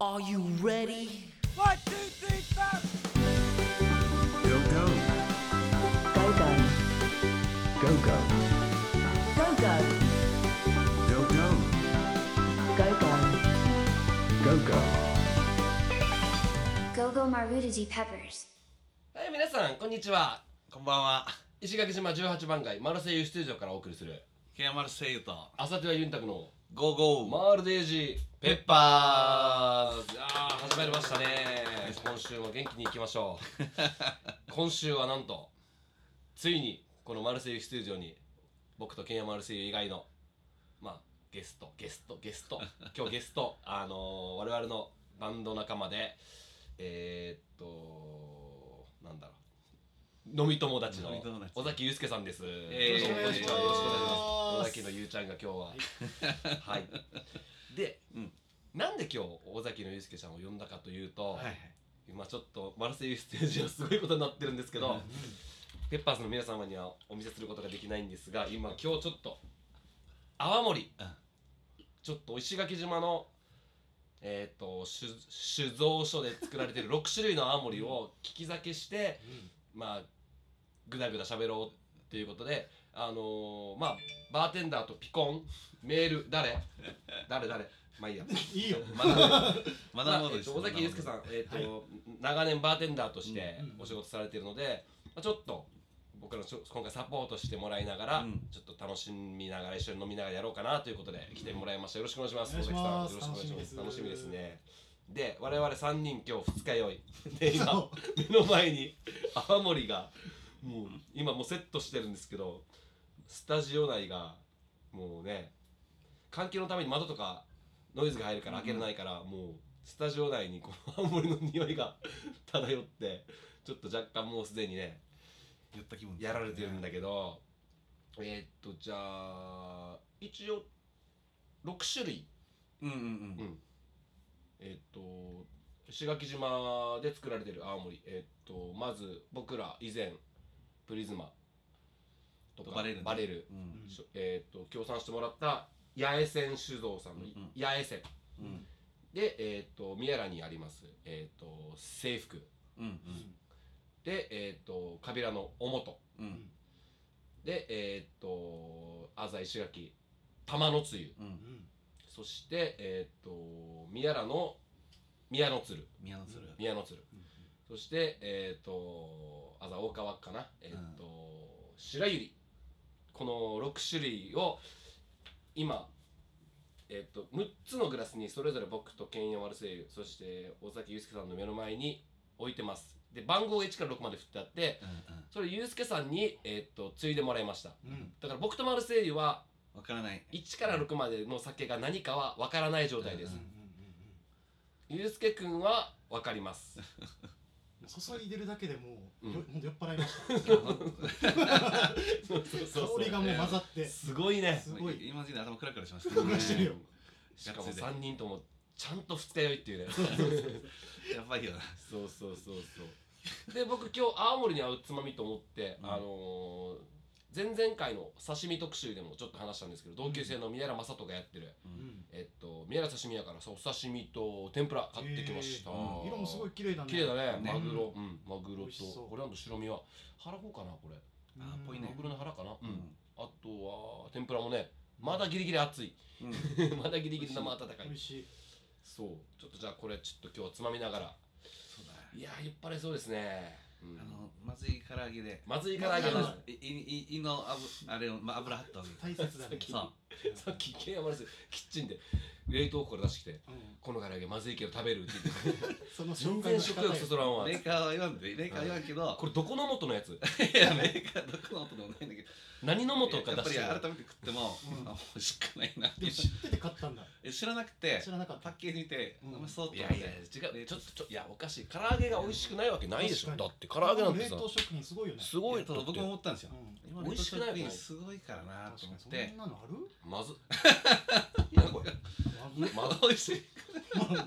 Are you ready? One, two, three, four. Go go. Go go. Go go. Go go. Go go. Go go. Go go. Go Go Marudaji Peppers. はい、皆さん、こんにちは。こんばんは。石垣島18番街、マルセイユ出場からお送りする、ケアマルセイユと、朝手はユンタクの、ゴーゴー。マールデージペッパーズあー始まりましたね。今週も元気にいきましょう。今週はなんと、ついに、このマルセイユ出場に、僕とケンヤマルセイユ以外の、まあ、ゲスト、ゲスト、ゲスト、今日ゲスト、あのー、我々のバンド仲間で、えー、っと、なんだろう。飲み友達の飲み友達尾崎祐介さんです。えーよろしくお願いします。よろしくお願いします尾崎のゆうちゃんが今日ははい。で、うんなんで今日尾崎のゆうすけちゃんを呼んだかというと、はいはい。今ちょっとマルセイユステージはすごいことになってるんですけど、ペッパーズの皆様にはお見せすることができないんですが、今今日ちょっと泡盛、うんちょっと石垣島のえっ、と酒酒造所で作られてる6種類の泡盛を聞き酒して、まあぐだぐだ喋ろうっていうことであのー、まあバーテンダーとピコンメール誰誰誰まあいいやいいよ。マまダあモードえっです。と尾崎祐介さん、えっと長年バーテンダーとしてお仕事されているので、まあ、ちょっと僕らのちょ今回サポートしてもらいながら、うんちょっと楽しみながら一緒に飲みながらやろうかなということで来てもらいましたよろしくお願いしますお願いします尾崎さんよろしくお願いします楽楽ししみみでですすねで我々3人今日二日酔いで今そ 目の前に泡盛がもう今もうセットしてるんですけどスタジオ内がもうね環境のために窓とかノイズが入るから開けれないから、もうスタジオ内にこの 泡盛の匂いが漂ってちょっと若干もうすでにね言った気分。やられてるんだけどえーっとじゃあ一応6種類うんうんうん。えっと石垣島で作られてる青森えっとまず僕ら以前プリズマとかバレルねバレルうんしょえっと協賛してもらった八重線酒造さんのうん八重線うんでえっと宮良にありますえっと制服うんでえっとカビラのおもとうんうんでえっと浅井石垣玉のつゆう。うんん。そしてえっと宮良の宮の鶴宮野鶴。宮の鶴、うんそしてえっ、とあざ大川かなえっ、と、白百合この6種類を今えっ、と6つのグラスにそれぞれ僕とケンヤワルセイユそして尾崎祐介さんの目の前に置いてますで番号1から6まで振ってあってうんうん。それ祐介さんにえっ、と継いでもらいましたうん。だから僕とマルセイユはわからない。 1から6までの酒が何かは分からない状態ですうん祐介くんは分かります注いでるだけでもう、うんよほんと酔っ払いまし た。そうそうそうそう香りがもう混ざって。すごいねすごい。今時で頭クラクラしました。動かしてるよ。しかも3人ともちゃんと二日酔いっていうねやばいよな。そうそうそうそうで僕今日青森に合うつまみと思って、うんあのー前々回の刺身特集でもちょっと話したんですけど同級生の宮良正人がやってる、うん。えっと宮良刺身やからさお刺身と天ぷら買ってきました、えー色もすごい綺麗だね。綺麗だねねマグロ、うん、マグロ美味しそとうこれなんと白身は腹子かなこれうん。あーぽいねマグロの腹かな、ううんん。あとは天ぷらもねまだギリギリ熱い うん。まだギリギリ生温かい美味しい。そうちょっとじゃあこれちょっと今日つまみながらそうだ。いやー引っ張れそうですね、うんあの、まずい唐揚げで。まずいから揚げまでずすいい、い、い、いの、あぶ、あれを、ま油はったわけ。大切だね。そう。さっきケンヤマルスキッチンで冷凍庫から出してきてうん「この唐揚げまずいけど食べる」って言ってその全瞬間の然仕食方欲そそら んわメーカーは言わんで、メーカーは言わんけど。これどこの元のやついや、メーカーどこの音でもないんだけど。何の元かやっ出ぱしりてる改めて食っても、うんあ、欲しくないなってでも知ってて買ったんだ。え知らなくて知らなかっパたッ。ケージ見て、うんあんまそうとい思っやていや違うちょっとちょいやおかしい唐揚げが美味しくないわけないでしょ確かだにって唐揚げなんて冷さ凍食品すごいよね。すごいいやただ僕も思ったんですよ、うん今美味しくないよねレトルト食品すごいからなと確か思っにそてんなのある？まずなんこれままず美味しいまずなし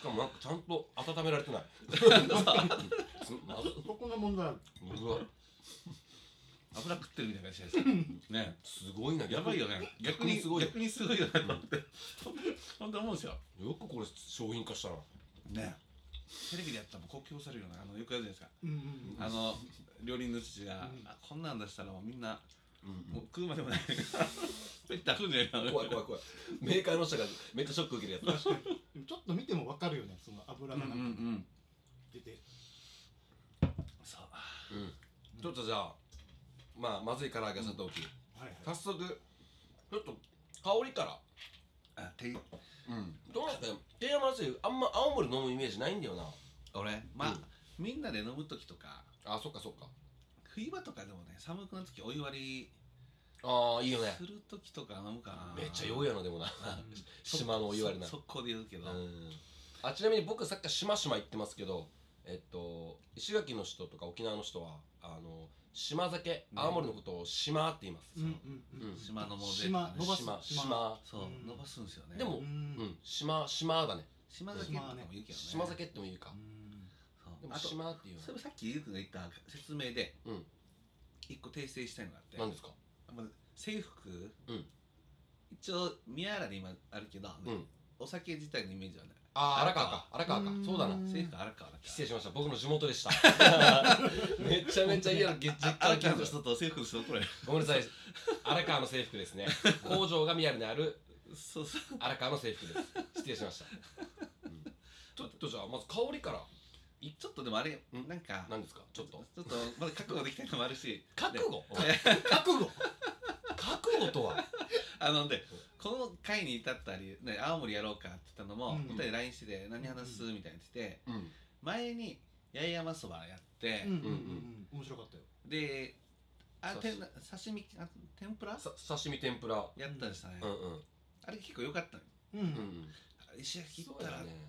かもなんかちゃんと温められてないつまずずここの問題ある。うわ油食ってるみたいな感じじゃないですかねすごいなやばいよね逆逆ににすごいよ逆にすごいよなと思って本当思うんですよよくこれ商品化したなねテレビでやったらもう国境されるようなあのよくやるじゃないですかうんうんあの料理人の父が、うんあこんなん出したらもうみんなうんもう食うまでもないからペッタ 食うんじゃないかな怖い怖い怖いメーカーの人がめっちゃショック受けるやつ確かにちょっと見てもわかるよねその油うんうんがうなんかん出てそううんちょっとじゃあまあまずい唐揚げさとおきはいはい早速ちょっと香りからあてうんどうなんですかね低温まずいあんま青森飲むイメージないんだよな俺まあ、うんみんなで飲む時とかあそっかそっか冬場とかでもね寒くなる時お湯割ああいいりよねする時とか飲むかなめっちゃ酔うやろでもなうん島のお湯割りなそ速攻で言うけど、うんあちなみに僕さっきしましま行ってますけどえっと石垣の人とか沖縄の人はあの島酒青森のことを島って言います、うんうんうん島のもぜ島伸ばす島島島そう、うん伸ばすんですよねでもうんうん島島だね島酒とかも言うけどね島酒ってもいいかうんそうでもあと島っていうそれもさっきゆうくんが言った説明でうん一個訂正したいのがあって、何ですかまず制服、うん一応宮原に今あるけど、うんお酒自体のイメージはないあー荒荒川川か荒川かうんそうだなうん制服荒川だから失礼しました僕の地元でしためちゃめちゃ嫌な実あ家の荒近川所の人と制服の人これごめんなさい荒川の制服ですね工場が宮城にあるそうそう荒川の制服です失礼しました、うんちょっとじゃあまず香りからちょっとでもあれうんなんか何ですかちょっとちょっとまだ覚悟できたいのもあるし覚で悟覚悟覚悟とはあのでこの会に至ったり、ね、青森やろうかって言ったのも、うん二人で LINE してて何話すみたいに言っててうん前に八重山そばやって、うんうんうん面白かったよであ刺てし刺身あ天ぷらさ刺身天ぷらやったりしたね、うんうんあれ結構良かったのようんうん石焼き行そっうただらね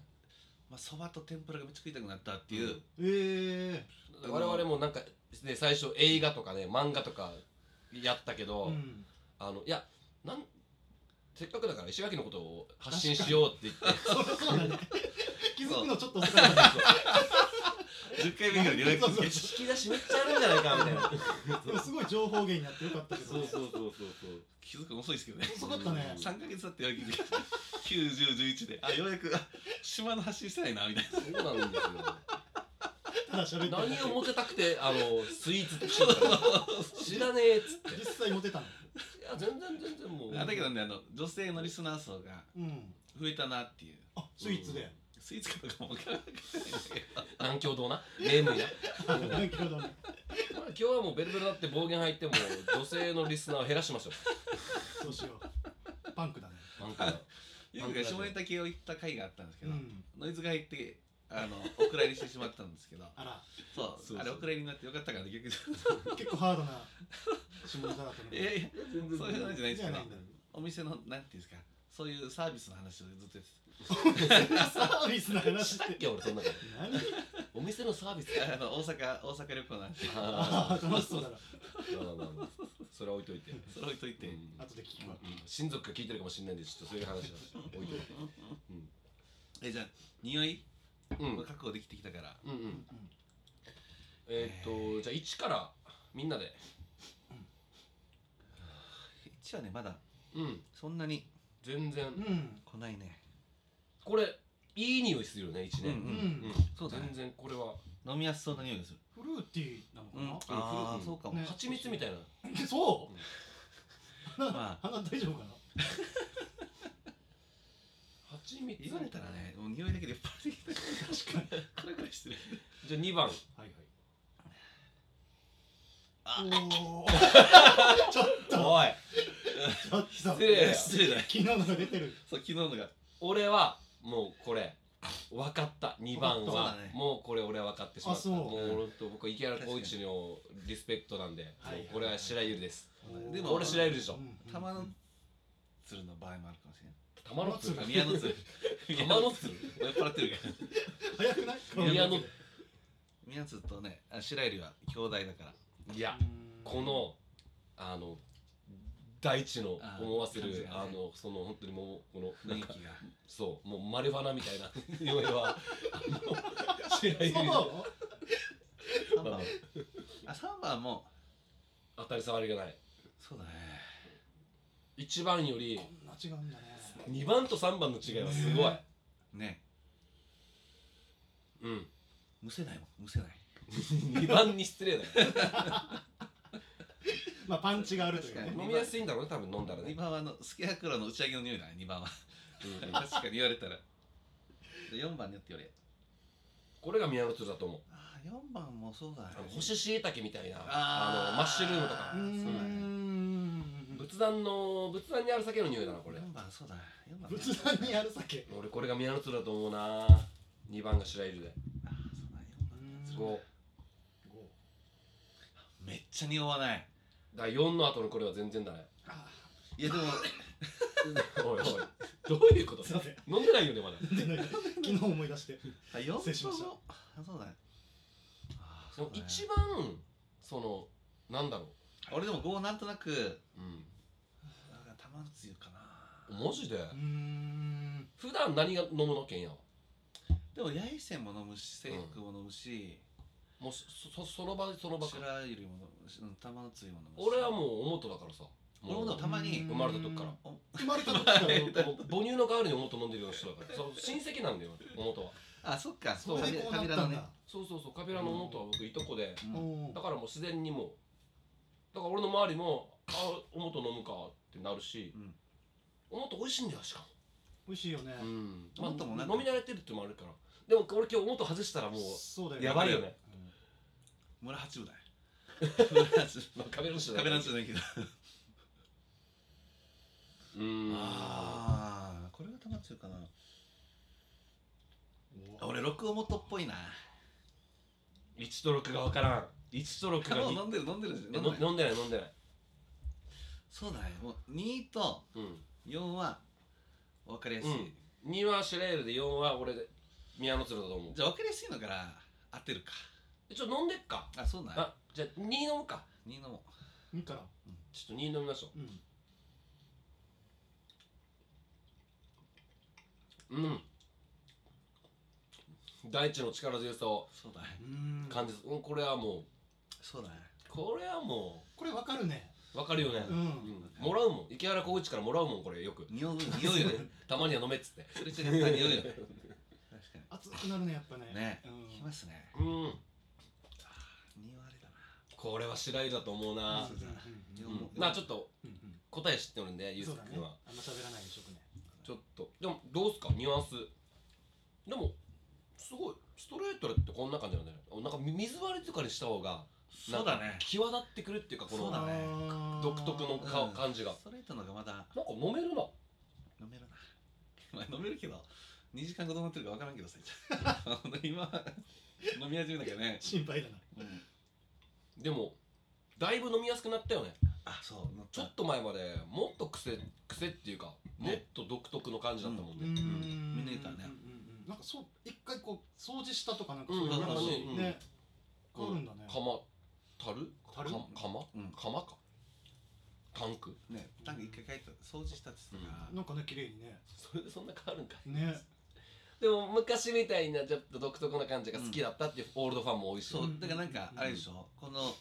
まあ、そばと天ぷらがめっちゃ食いたくなったっていう、うんええ我々もなんか、ね、最初映画とかね漫画とかやったけど、うんあのいやなんせっかくだから石垣のことを発信しようって言ってそりゃそうだ ね気づくのちょっと遅かったけど10回目から予約そ いやう引き出しめっちゃあるんじゃないかみたいなでもすごい情報源になってよかったけどねうそうそう気づくの遅いですけどね遅かったねうん3ヶ月経って予約できて9011であようやくあ島の発信してないなみたいなそうそうなんですよただ喋ってる何をモテたくてあのスイーツって聞いたら知らねえっつって実際モテたのいや全然全然もうあだけどねあの女性のリスナー層がうん増えたなっていうあスイーツでスイーツかとかも分からなくて南京堂なネームや 何キロだねまあ今日はもうベルベルだって暴言入っても女性のリスナーを減らしましょそうしようパンクだねうなんかゆうくんが下ネタ系を言った回があったんですけうど、んノイズが入ってあのお蔵入りしてしまったんですけどあらそう そうあれお蔵入りになってよかったから逆に結構ハードな下ネタだったのいや いや全そういうのじゃないですじけゃどないんだお店のなんていうんですかそういうサービスの話をずっとやってサービスの話したっってけ俺そんなこと何 お店のサービ スたあの大阪大阪旅行の話あああ楽しそうだなーまあまあまあそれは置いといてそれ置いといて、うん後で聞くわ親族が聞いてるかもしれないんでちょっとそういう話は置いといてえじゃあ匂いうんうんは確保できてきたから、うんうんえーっとじゃあ1からみんなで一はねまだうんそんなに全然うん来ないねこれいい匂いするよね1う年んうんそうだね全然これは飲みやすそうな匂いがする、フルーティーなのかあうあんそうかも、ね蜂蜜みたいななそうまあ鼻大丈夫かな蜂蜜言われたらねもう匂いだけで酔っ払ってきた確かにこれくらいしてるじゃあ2番はいはいあおおちょっとおいちょっと失礼だよ失礼だよ昨日のが出てるそう昨日のが俺はもうこれ分かった2番そうはだねもうこれ俺は分かってしまっあたそうもう俺と僕は池原浩一のリスペクトなんでもはいはいうこれは白百合ですでも俺白百合でしょ玉の鶴の場合もあるかもしれない玉の鶴玉あの宮の鶴玉の鶴 酔っ払ってるから早くない宮の宮の鶴とねあ白百合は兄弟だからいやこのあの大地の思わせあー感じるがあねのその本当にもうこのな雰ん囲か気がそうもうマリファナみたいな匂いはあの白そうな百合の3番あ三番も当たり障りがないそうだね1番よりこんな違うんだね2番と3番の違いはすごいねねうんむせないもんむせない2番に失礼 だよまあパンチがあるという確かねに飲みやすいんだろうね多分飲んだらね2番はあのスケアクロの打ち上げの匂いだね2番はうんうん確かに言われたら4番によって言われこれが宮の鶴だと思うああ4番もそうだねあの干し椎茸みたいなああーのマッシュルームとかうーん仏壇の仏壇にある酒の匂いだなこれ4番そうだ4番仏壇にある酒俺これが宮の鶴だと思うな2番が白百合でああそうだ4番うん5五めっちゃ匂わないだから4の後のこれは全然だねあいやでも おいおい どういうこーとすいません飲んでないよねまだ出てない昨日思い出してあ4失礼しま番したもあそうだねああでそうもだね一番そのなんだろ俺でも5なんとなくううんなんか玉つゆかなマジでうーん普段何が飲むのけんやでも八重線も飲むし制服も飲むし、もうそそその場でその場か白百合も飲むしうん玉のつゆも飲むし俺はもうおもとだからさ俺もでもたまに生まれた時からお生まれた時から もう母乳の代わりにおもと飲んでるような人だからそう親戚なんだよおもとはあそっかそれでこうなっ扉たのんねだそうそうそうカビラのおもとは僕いとこでうんおーだからもう自然にもうだから俺の周りもあおもと飲むかってなるし、うんおもと美味しいんだよしか美味しいよねも、うんおもともなんか飲み慣れてるってのもあるからでも俺今日おもと外したらもうそうだよねやばいよね村八分だよ村八分まあカビラの人カメラの人人じゃないけどうんああこれが玉つゆかなお俺六表っぽいな1と6が分からん1と6カがロに飲んでる飲んでる飲んでえるの飲んでない飲んでないそうだねもう2とうん4は分かりやすい、 2はシュレールで4は俺で宮の鶴だと思うじゃあ分かりやすいのから当てるかえちょっと飲んでっかあそうなんあじゃあ2飲むか2飲もいいからちょっと2飲みましょうんううん大地の力強さをうそうだねうん感じる、うん、これはもそうだねうこれはもこれわかるねうわかるよねう、うんんもらうもん池原浩一からもらうもんこれよく匂う匂うよ ねたまには飲めっつってそれちょっと匂うよね確か熱くなるねやっぱねにねうきんますねうん匂われだなこれは白井だと思うなう、んうん匂ううんもまあちょっとうんうん答え知ってるんでゆうそすうけだね君は、あんま喋らないでしょうねちょっとでもどうすかニュアンスでもすごいストレートってこんな感じなんだよねなんかみ水割りとかにした方がそうだね際立ってくるっていうかこそうだのねあー独特のか、うん感じがストレートのがまだなんか飲めるな飲めるなまあ飲めるけど2時間後どうなってるか分からんけどさあの今飲み始めたけどね、心配だなうん、でもだいぶ飲みやすくなったよねあそう乗っちたょっと前までもっと癖癖っていうか、もっと独特の感じだったもんね、ん見抜いたねうんうんうんなんかそう一回こう掃除したとかなんかそういううんなんか話ねうんね変わるんだね釜たるたるか釜うん釜かタンクねなんか一回帰った掃除したって言ってたから、なんかね綺麗にねそれでそんな変わるんかいねでも昔みたいなちょっと独特な感じが好きだったっていうオールドファンも多いしそううんだからなんかあれでしょ、このん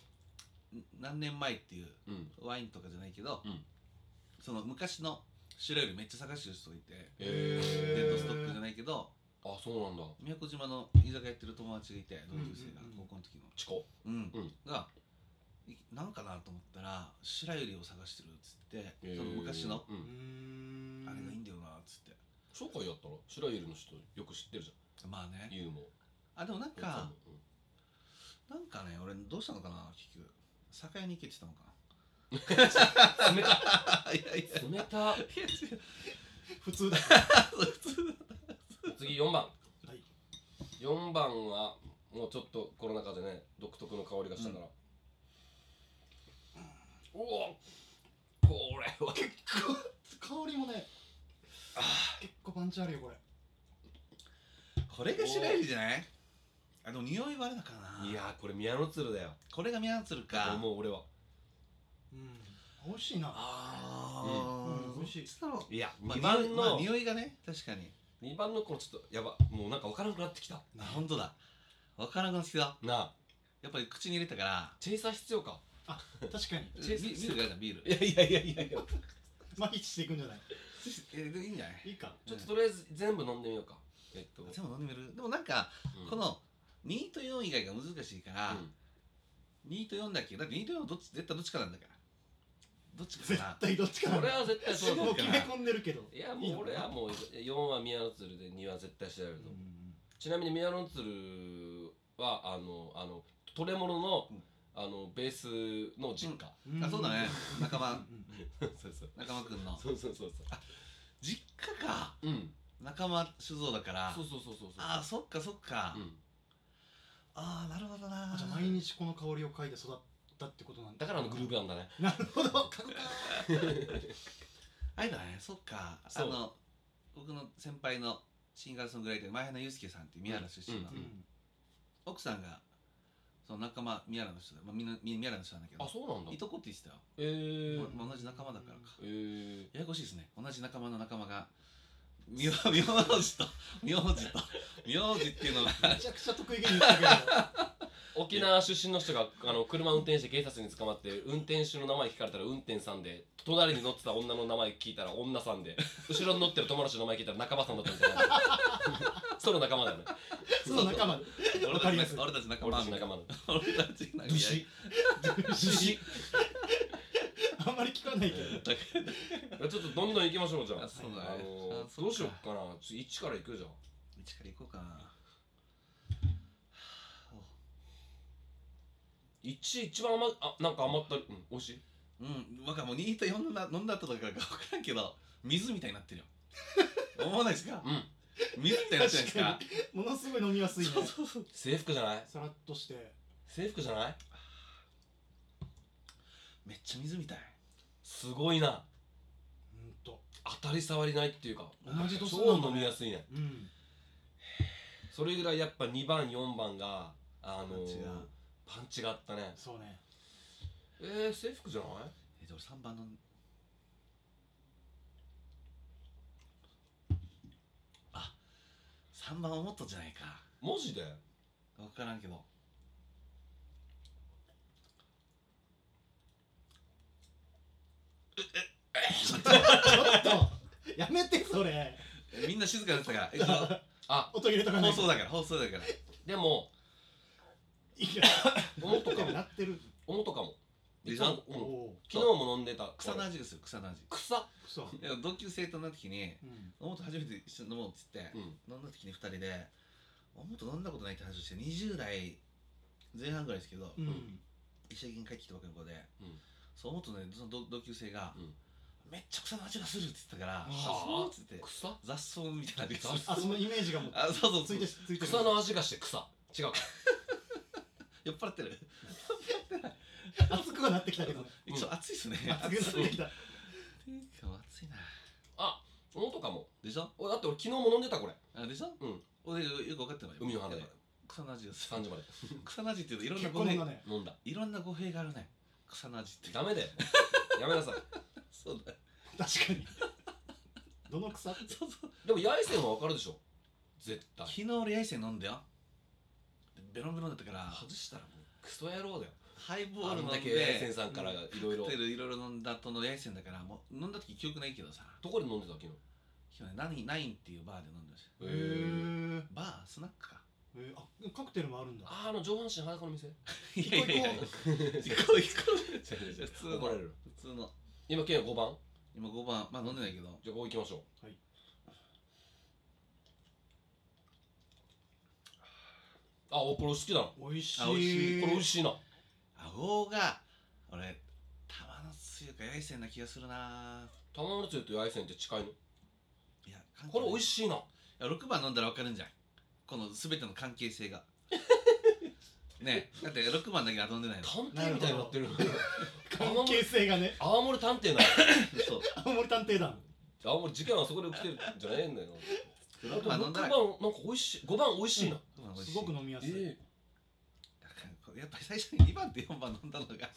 何年前っていううんワインとかじゃないけど、うんその昔の白よりめっちゃ探してる人がいてデへーッドストックじゃないけどあそうなんだ宮古島の居酒屋やってる友達がいて同級生がうんうんうん高校の時の、チコうんうんがいなんかなと思ったら白百合を探してるっつって、へーその昔のううんんあれがいいんだよなっつって、紹介やったら白百合の人よく知ってるじまあゃんねユウもあでもなんかおなんかね俺どうしたのかな結局酒屋に行けって言っ母さんもたのかな いやいやうん冷た冷いや違う普通だた次4番はい4番はもうちょっとコロナ禍でね独特の香りがしたから、うおこれは香りもね結構パンチあるよこれこれが白百合じゃないあでも匂いはあれだからないいやーこれ宮の鶴だよこれが宮鶴とか思う俺はうん美味しいなあうんうん美味しいつだろういやまあ2番匂いまあの匂いがね確かに2番のこのちょっとやばもうなんか分からなくなってきたあ本当だわからなくなってきたなあやっぱり口に入れたからチェイサー必要か確かにビビールがあるじゃんビールいやいやいやいやいや毎日していくんじゃないえでいいんじゃないいいかちょっととりあえず全部飲んでみようかえっと、全部飲んでみるでもなんか、うんこの2と4以外が難しいから、うん2と4だっけだって2と4どっち絶対どっちかなんだからどっちか絶か対どっちかなこれは絶対そうだもよう決め込んでるけどいやもう俺はもう4は宮の鶴で2は絶対調べるうと思うんちなみに宮野鶴はあのあのトレモロの、うんあのベースの実家、なあそうだね仲間うんうん そうそう仲間くんのそうそうそうそ実家かううん仲間酒造だからそうそうそうそうそうああそっかそっか、うん、ああなるほどあなじゃあ毎日この香りを嗅いで育ったってことなんだだからあのグループなんだねなるほどかっこいいあれだねそっかあそうの僕の先輩のシンガーソングライターの前原祐介さんっていう宮原出身の、うんうん奥さんがその仲間宮原の人だ、まあ、みんなみ宮原の人なんだけどあそうなんだいとこって言ってたよ、えー、まあ同じ仲間だからかえー、ややこしいですね同じ仲間の仲間が名 名字と名字と名字っていうのがめちゃくちゃ得意げに言ったけど沖縄出身の人があの車運転して警察に捕まって運転手の名前聞かれたら運転さんで隣に乗ってた女の名前聞いたら女さんで後ろに乗ってる友達の名前聞いたら仲間さんだったみた いなその仲間だよねその仲間俺わかたりまちす俺たち仲俺間たち仲間だ俺たち仲間武士武士 あんまり聞かないけどだかいやちょっとどんどん行きましょうじゃらあ。そうだあねのあそっかどうしようかな。次1から行くじゃん。一から行こうかな1一番余あなんか余ったり、うん、美味しい。うんわかもう2と4飲んだ飲んだ後だからか分からんけど水みたいになってるよ思わないですかうん。水みたいになってないですかものすごい飲みやすいねそうそう制服じゃない？さらっとして制服じゃない？めっちゃ水みたいすごいな。うんと当たり障りないっていうか。同じ度数超なんだ飲みやねすいね。うんそれぐらいやっぱ2番4番があの違うパンチがあったね。そうねえー、制服じゃない？えじゃあ俺3番のあ三3番はもっとじゃないかマジで？分からんけどちょっとやめてそれえみんな静かになってたからえ そあ音入れとかのない放送だ から放送だからでもいいから思ったか もなってる思ったかも。でしょいつおもうんお昨日も飲んでた。草の。味ですよ草の味草。そういや同級生となった時にうん「おもと初めて一緒に飲もう」っつってうん。飲んだ時に2人で「おもと飲んだことない」って話をして20代前半ぐらいですけどうん石垣に帰ってきたばっかりの子で、うんそう思うとねその同同級生が、うんめっちゃ草の味がするって言ったから、うんあそうっつって草？雑草みたいな味がする雑 あそのイメージがもうあそうそうついてついてる草の味がして草。違うか。酔っ払ってる熱くはなってきたけどねうん一応暑いっすね熱くなってきたていうか暑いなあ思ったかも。でしょおだって俺昨日も飲んでたこれあでしょうん俺よく分かってない海の花で草の味がする3時まで草の味っていうといろんな結語婚弊がね飲んだいろんな語弊があるね草の味ってダメだよやめなさいそうだ確かにどの草ってそうそうでも八重線は分かるでしょ絶対昨日俺ヤイセン飲んだよベロンベロンだったから外したらもうクソ野郎だよハイボあール飲んんだでけ八重線さんからいろいろホテルいろいろ飲んだ後の八重線だからもう飲んだ時記憶ないけどさどこで飲んでた昨日今日ねナインナインっていうバーで飲んでましたへーバースナックかえーあカクテルもあるんだあーあの上半身裸の店いやいやい行やこう行こう違う違う普通の怒られる普通の今県は5番今5番まあ飲んでないけどじゃあ5行きましょうはいあおこれ好きだなこ美味しいあ美味しれ美味しいな顎が俺玉のつゆか八重線な気がするな玉のつゆと八重線って近いのいや関係これ美味いしいなや6番飲んだら分かるんじゃんこの全ての関係 性がねだって6番だけ飲んでないの探偵みたいにな ってる関係性がね青森探 偵なのそう青森探偵団青森事件はそこで起きてるんじゃねえんだよ6番飲んだら6番なんか美味しい5番美味しいな、六番美味しすいごく飲みやすい、えやっぱり最初に2番と4番飲んだのが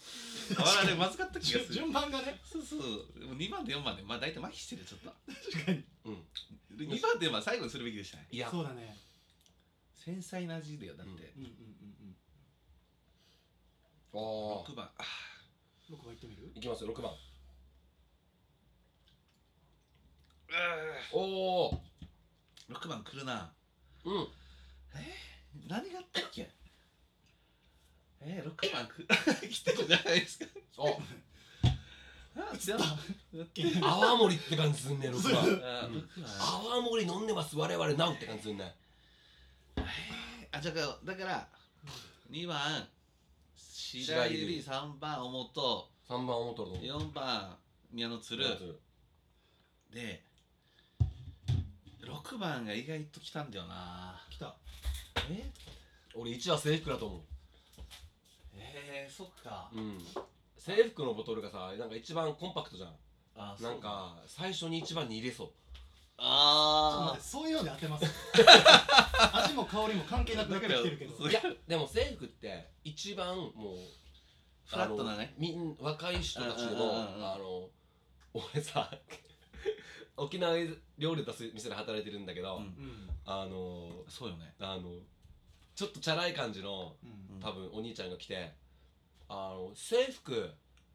我々まずかった気が順する順番がね そうそうでも2番と4番でまあ大体麻痺してるちょっと確かにで2番と4番最後にするべきでしたねえいやそうだね繊細な味だよだって、うんうんうんあー六6番あうん6番いってみるいきますよ6番おお6番来るなうん何があったっけえー、6番く 来てるじゃないですかああじゃあだって 泡盛って感じすんね6番あ六番泡盛飲んでます我々なうって感じすんねあじゃあだから2番白白百百合合3番おもと3番思っとるの4番宮野鶴で6番が意外と来たんだよな来たえ俺1は制服だと思えー、そっかううん制服のボトルがさなんか一番コンパクトじゃんあなんか最初に1番に入れそうちょっとあ待ってそういうので当てます 味も香りも関係なくなってきてるけどだかいや でも制服って一番もうフラットなねあのみん若い人たちでうんもうんうんうんあの俺さ 沖縄料理出す店で働いてるんだけど、うんうんあのそうよねあのちょっとチャラい感じのうん多分お兄ちゃんが来て「あの制服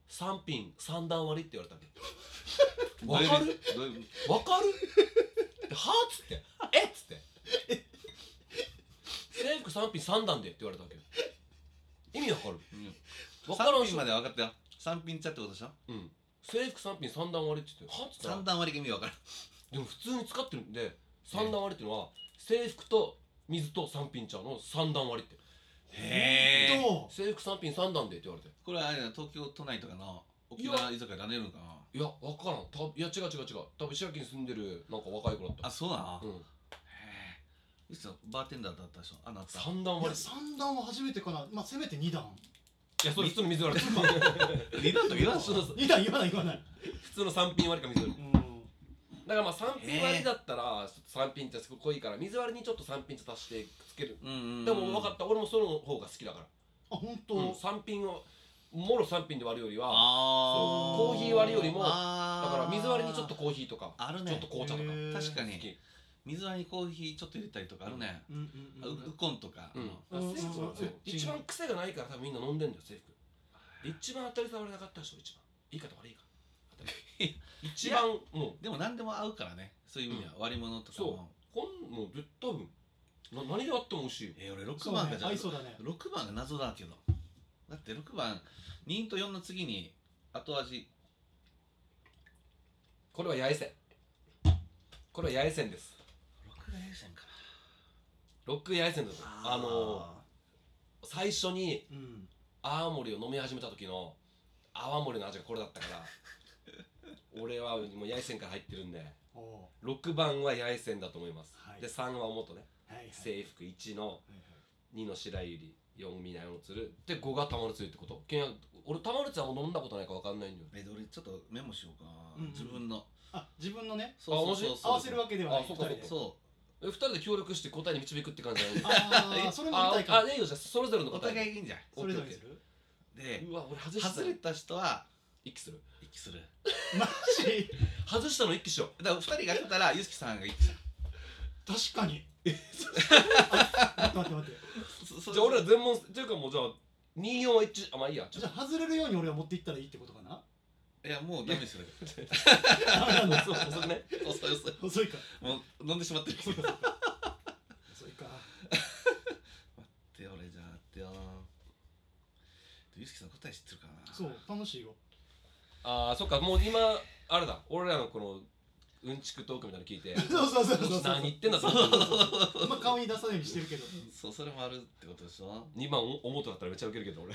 3品3段割り」って言われたのわかるどういう意わかるはっつって「えっ?」つって「制服3品3段で」って言われたわけよ意味わかる味分わかかららんっんしょ品までは分かったよ3品ちゃってことでしょうん制服3品3段割りって言って「はっ?」つったら3段割りが意味分からんでも普通に使ってるんで3段割りっていうのは制服と水と3品茶の3段割りってへえど制服3品3段でって言われてこれはあれだ東京都内とかの沖縄居酒屋であれるのかないやわからんたいや違う違う違う多分石垣に住んでるなんか若い子だったあそうなのうんへえいつのバーテンダーだったでしょあなた3う段いや割り三段は初めてかなまあせめて二段いやそれ普通の水割り二段とか言わんそうそう二段言わない言わない普通の3品割りか水割りうんだからまあ3品割りだったら3品茶すごい濃いから水割りにちょっと3品茶足してつけるうんうんうんでも分かった俺もその方が好きだからあ本うん当3品をもろ3品で割るよりはああそうコーヒー割るよりもだだから水割りにちょっとコーヒーとかあるちょっねと紅茶とかへー確か好にき水割りにコーヒーちょっと入れたりとかあるねうんうんあうウんウコンとかあうのんうん制服はそう一番癖がないから多分みんな飲んでんだよ制服で一番当たり障りなかったでしょ一番いいかと悪いか当たり一番もうでも何でも合うからねそういう意味では割り物とかもこんもう絶対多分な何であっても美味しいよえー俺6そう番がねじゃあ合いそうだね6番が謎だけどだって6番2と4の次に後味これは八重線これは八重線です6が A 線かロック八重線だとなあの最初にうん泡盛を飲み始めた時の泡盛の味がこれだったから 俺はもう八重線から入ってるんでおお6番は八重線だと思います、はいで3は元ねーはいはい制服1のはいはい2の白百合4宮の鶴で5が玉の鶴ってことけんや俺玉の鶴はもう飲んだことないから分かんないんだよえー俺ちょっとメモしようかうんうんな自分のあ自分のねそうそうそう合わせるわけではないあそうか二人でそえ2人で協力して答えに導くって感じじゃない ああそれも見あたいあかあねえよじゃあそれぞれのうお答え互いいいんじゃんそれぞれにするでうわ俺外した外れた人は一気する息するマ ジ外したの一気しよだから2人が当てたらゆすきさんが息する確かにあ待って待って待ってそうそじゃあ俺ら全問っていうかもうじゃあ24は1あまあいいやちょっじゃあ外れるように俺は持っていったらいいってことか ないやもうダメ ですよダメなんだとそうそうね遅い遅い遅いかもう飲んでしまってる遅いかで俺じゃあってよゆすきさん答え知ってるかなそう楽しいよああそっかもう今あれだ俺らのこのうんちくトークみたいなの聞いてそうそうそうそう何言ってんだと思って まあ顔に出さないようにしてるけどそうそれもあるってことでしょ2番お表だったらめっちゃウケるけど俺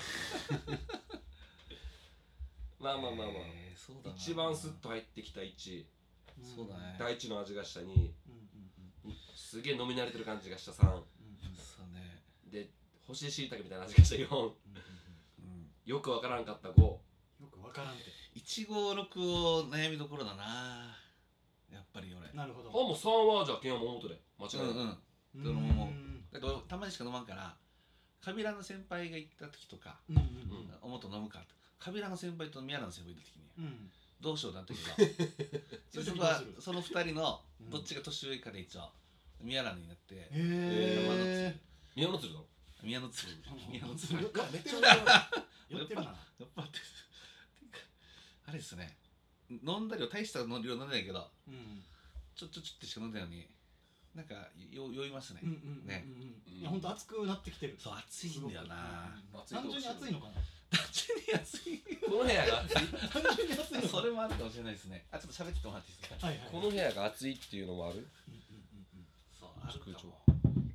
まあまあまあまえーそうだあな一番スッと入ってきた1そうだね第一の味がした2うんうんうんすげえ飲み慣れてる感じがした3うんそうねで干し椎茸みたいな味がした4うんうんうんよくわからんかった5よくわからんって1五6を悩みどころだなやっぱり俺なるほどあもう3はじゃあ剣山表で間違うんいない、うんうんどのうんもだから俺たまにしか飲まんからカビラの先輩が行った時とかうんうん「おもっと飲むか」ってカビラの先輩と宮野の先輩行った時にうんどうしようなったけど そういう時そこどはうするその二人のうんどっちが年上かで一応宮野になってへえ宮野鶴だろ宮野鶴宮野や鶴ってるなやってるなやっぱってあれですね飲んだ量大した量飲んでないけどうんちちょちょちょってしか飲んでないのになんかよ酔いますね、うんうんねうんうんいや本当熱くなってきてるそう暑いんだよなすごく単純に暑いのか 単純に暑い この部屋が熱いな単純に暑いのかそれもあるかもしれないですねあちょっと喋ってもらっていいですか なはいはいこの部屋が熱いっていうのもあるうんうんうんそうあるかも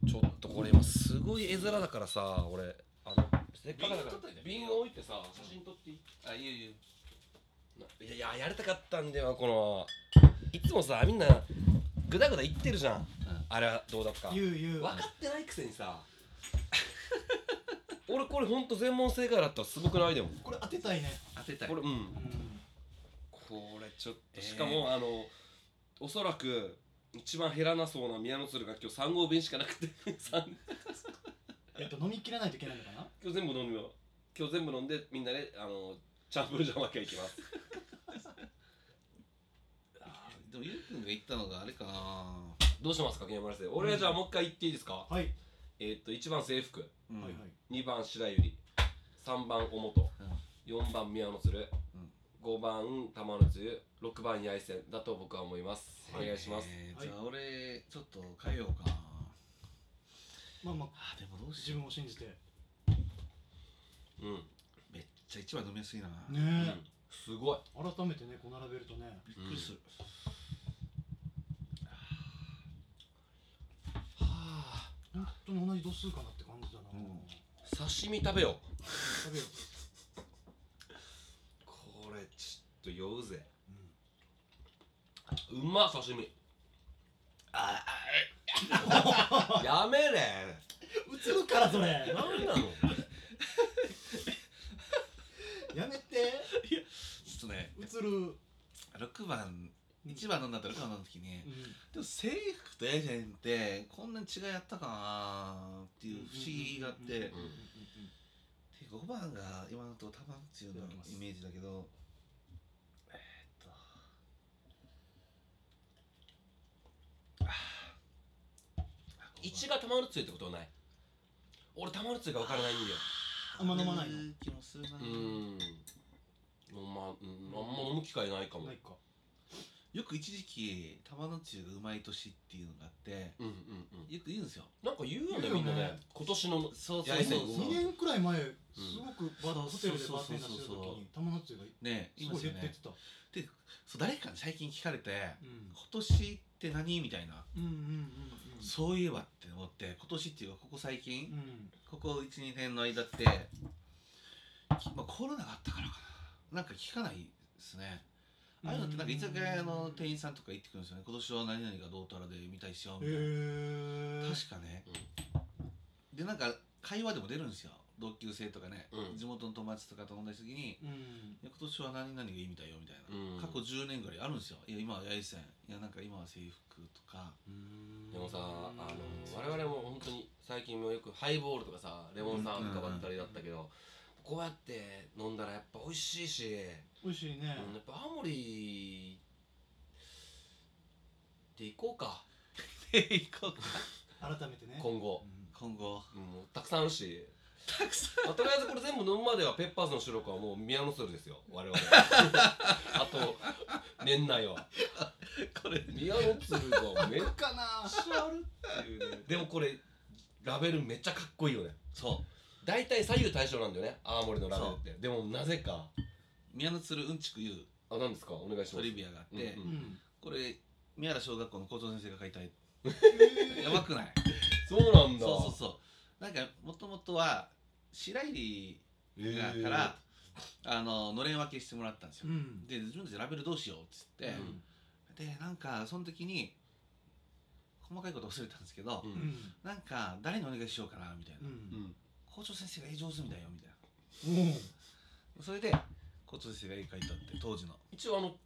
ちょっとこれ今すごい絵面だからさ俺あのせっかくだ瓶か取っといらて瓶を置いてさ写真撮っていいあいえいえないやいややりたかったんだよこのいつもさみんなグダグダ言ってるじゃん、あれはどうだったかうん言う言う分かってないくせにさ 俺これほんと全問正解だったらすごくないでもこれ当てたいね当てたいこれうんうんこれちょっえーとしかもあのおそらく一番減らなそうな宮の鶴が今日3合瓶しかなくて三えっと飲み切らないといけないのかな今日全部飲みよう今日全部飲んでみんなであのチャンプルジャマイカ行きますあーでもゆうくんが言ったのがあれかな どうしますか宮村先生俺はじゃあもう一回言っていいですか、はいえーっと1番制服うんはいはい2番白百合3番おもとう4番宮の鶴、ん5番玉のつゆ6番八重線だと僕は思いますお願いしますえーはいじゃあ俺ちょっと変えようかなまあまああーでもどうし自よ分を信じてねうん、うんうめっちゃ一枚飲みやすいな、えすごい改めてねこう並べるとねびっくりする、本当に同じ度数かなって感じだなうん刺身食べよう食べよこれちょっと酔うぜううんうまっ刺身ああやめれ映るからそれやなんなのめてちょっとね映る、うん、 6番1番飲んだと6番飲んだ時に、うでも制服とエージェンってこんなに違いあったかなっていう不思議があって、うんうんで5番が今のとこ多分っていうのいただきますイメージだけどえーっとあー一が玉のつゆってことはない俺玉のつゆが分からないんだよあんま飲まないのう気もするなうーんまあ、うん、あんま飲む機会ないかんもないかよく一時期玉の中がうまい年っていうのがあってうんうんうんよく言うんですよなんか言うよね言うよねみんなね今年のそうそうそうそう2年くらい前すごくバうーんホテルでバーテンダーしてるそうそうそう時そうに玉のつゆがねすいまごいす減よってっねてたそう誰かに最近聞かれてうん今年って何みたいなうんうんそういえばって思って今年っていうかここ最近、うんうんここ12年の間って、きまあ、コロナがあったからかななんか聞かないですねああいうのってなんか居酒屋の店員さんとか言ってくるんですよね今年は何々がどうたらで見たいしよみへたいな、え確かね、でなんか会話でも出るんですよ同級生とかね、うん地元の友達とかと飲んだ時にいうんや今年は何々がいいみたいよみたいな、うん過去10年ぐらいあるんですよいや今は八重線いやなんか今は制服とかでもさあの我々も本当に最近もよくハイボールとかさレモンサワーとかばったりだったけど、こうやって飲んだらやっぱ美味しいし、美味しいねうんやっぱ青森で行こうかで 行こうか改めてね今後、今後うん、もうたくさんあるしたくさまあとりあえずこれ全部飲むまではペッパーズの収録はもう宮の鶴ですよ 我々あと年内はんこれ宮の鶴がめっちかなゃあるっていうねでもこれラベルめっちゃかっこいいよねそう大体左右対称なんだよね青森のラベルってでもなぜか宮の鶴うんちく言うあ何ですかお願いしトますリビアがあって、うんうんうんこれ宮原小学校の校長先生が書いたやばくないそうなんだそうそうそうなんかもともとは白百へ合ーがから、あののれん分けしてもらったんですよ、うんで自分たちでラベルどうしようっつって、うんでなんかその時に細かいこと忘れたんですけど、ううんんなんか誰にお願いしようかなみたいな、うん校長先生が絵上手みたいよみたいなうんそれで校長先生が絵描いたって当時の一応あの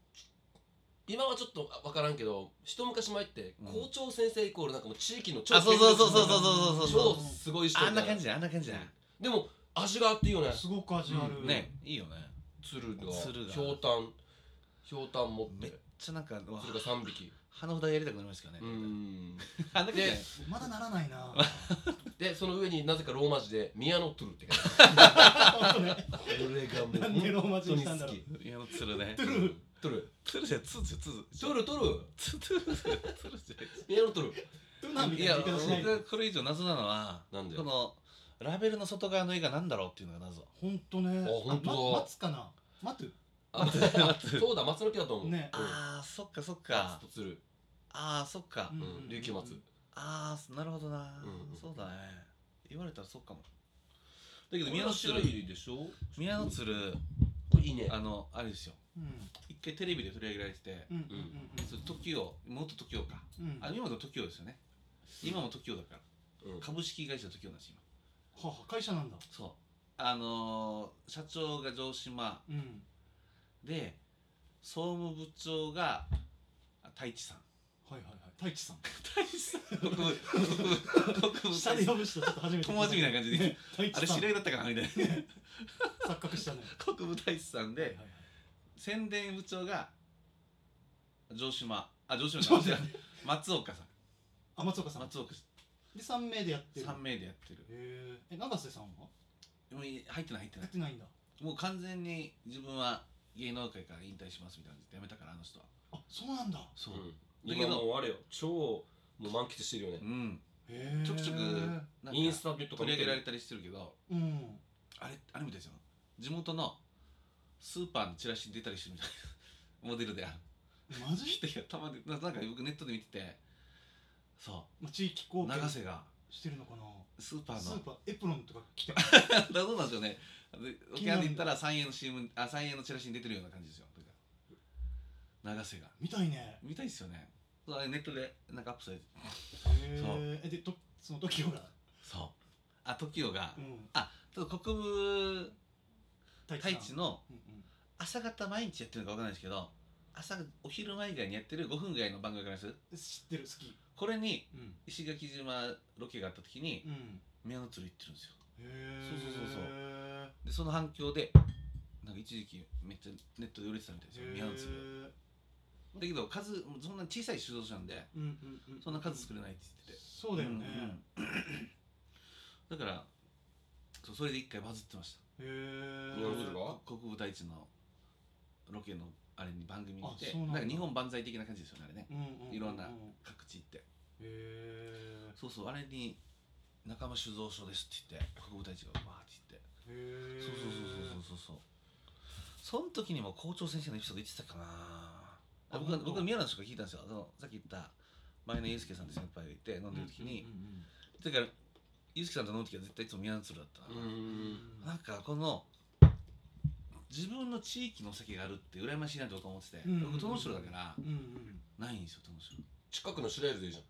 今はちょっと分からんけど一昔前ってうん校長先生イコールなんかもう地域の超あそうそうそうそうそうそうそう超そうすごい人みたあいんな感じだよあんな感じだよでも味があっていいよねすごく味あるねいいよね鶴が鶴がひょうたんひょうたん持っめってちゃなんかうわ鶴が3匹花札やりたくなりますけどね。うんあんだけじゃないまだならない なでその上になぜかローマ字で「ミヤノトゥル」って書いて本当ねあるこれがもうな んでローマ字にした本ん当だろうに好きいや、つるね。トゥルトゥルつるじゃ、つるじゃ、つるじトゃ。ゥルトゥルつるじゃ、つるじミヤノトゥルトゥナみゃ。たいいなや、言い方しない僕でがこれ以上謎なのは、なんだよこのラベルの外側の絵がなんだろう っていうのが謎。ほんとねあほんとだま松かな松あそうだ松の木だと思うねああ、そっかそっガかツ。とつるああ、そっかう。んうん琉球松ああ、なるほどなうんうん。そうだね。言われたらそっかも。だけど、宮宮野野つる、いでしょ宮野つる、いいねあの、あれですよ。うん一回テレビで取り上げられてて、うんうんそれ TOKIO、元 TOKIO か。うんうんうんあ、今の TOKIO ですよね。今も TOKIO だから。うん株式会社 TOKIO なんです、今。はは会社なんだそうあのー社長が城島うんで総務部長があ太一さんはいはいはい太一さん太一さん国務国務国下で務呼ぶ人ちょっと初めて友達みたいな感じでね太あ一れさん知り合いだったかなみたいな錯覚したね国務太一さんはいではい宣伝部長が城島あ城島ちょっとじ待ゃっないて松岡さんあ松岡さん松岡で三名でやってる3名でやってるへええ永瀬さんはもうい入ってない入ってなやっいてないんだもう完全に自分は芸能界から引退しますみたいな感じでやめたからあの人はあそうなんだそううんだけ今どもうあれよ超もう満喫してるよねうんへえちょくちょくなんかインスタとか取り見上てげられるたりしてるけどうんあれあれみたいですよ地元のスーパーのチラシに出たりしてるみたいな モデルであマるジ人がたまにななんか僕ネットで見ててそまあ地域う貢献永瀬がしてるのかなスーパースーのパーエプロンとか着てどうなんでしょうねで沖縄で行ったら三栄の CM あ三栄のチラシに出てるような感じですよだから永瀬がみたいね見たいですよねそうあれネットでなんかアップされてへええでとその時ほらそうあ TOKIO が、うんあちょっと国分太太一さんのうんうん朝方毎日やってるのか分かんないですけど朝お昼前以外にやってる5分ぐらいの番組があります知ってる好きこれにうん石垣島ロケがあった時にうん宮の鶴行ってるんですよへえそうそうそうそううでその反響でなんか一時期めっちゃネットで売れてたみたいですよ宮の鶴だけど数そんな小さい酒造所なんでうんうんうんそんな数作れないって言っててそうだよねうん うんだからそうそれで一回バズってましたへえ宮の鶴が国分太一のロケのあれに番組に行ってあそうなんだなんか日本万歳的な感じですよねあれねうんうんうういろんな各地行ってへえそうそうあれに「仲間酒造所です」って言って国分太一がわーって言ってへえそうそうそうそうそうそうそうその時にも校長先生のエピソード言ってたかなあ僕は本当僕は宮野の人から聞いたんですよそのさっき言った前のユースケさんって先輩がいて飲んでる時に、だからユースケさんと飲む時は絶対いつも宮野鶴だったな、ううんうんうんんうんなんかこの自分の地域のお酒があるって羨ましいなと僕は思ってて、うんうんうん僕友城だからうんうんないんですよ友城近くの白百合でいいじ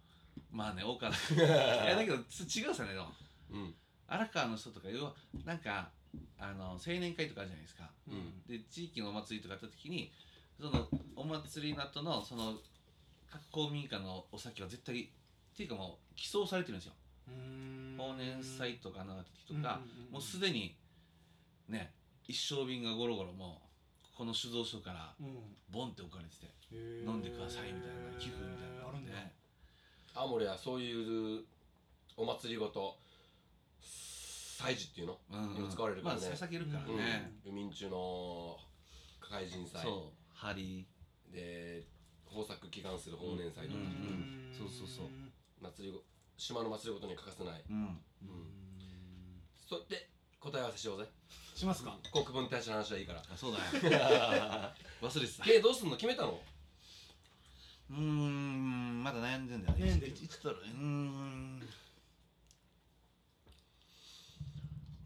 まあね多かった いや ゃだけどつ違うさねでもんうん荒川の人とか要はなんかあの青年会とかあるじゃないですかうんうんで地域のお祭りとかあった時にそのお祭りの後のその各公民館のお酒は絶対っていうかもう寄贈されてるんですようーん忘年祭とか何だった時とか、もうすででにね一升瓶がゴロゴロもうこの酒造所からボンって置かれてて飲飲んでくださいみたいな寄付みたいなあるんだね青森はそういうお祭りごと祭事っていうのうんよく使われるからねまあ捧げるからうんね、ウミンチュの海人祭そう針で豊作祈願する豊年祭とかうんうんーんそうそうそう祭りご島の祭りごとに欠かせないうんうーんそれで答え合わせしようぜしますか国分太一の話はいいからあそうだ よ忘れてたえどうすんの決めたのうーん、まだ悩んでんだよね。悩んでるいついつだろう。うーん。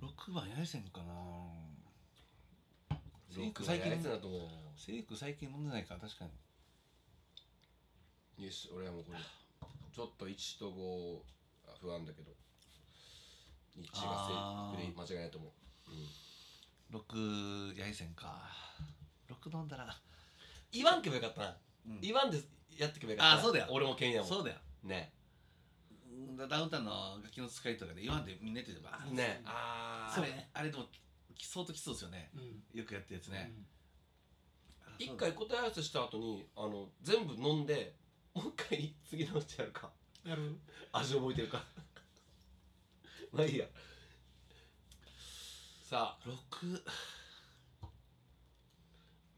六番八重線かな。セイク最最近近のやつだともうセイク最近飲んでないから確かに。よし俺はもうこれちょっと1と5が不安だけど1があー正確で間違いないと思う六八重線か。六飲んだら。言わんけばよかったなうん言わんでやってけばよかったなあーそうだよ俺もケンヤもそうだよ。ねだダウンタウンのガキの使いとかで言わんでみんなやってれば。ねああーれあれあれでもきそうときそうですよね。うんよくやってるやつね。あ一回答え合わせした後にあの全部飲んでもう一回次のうちやるかやる味覚えてるか まあいいやさあ六め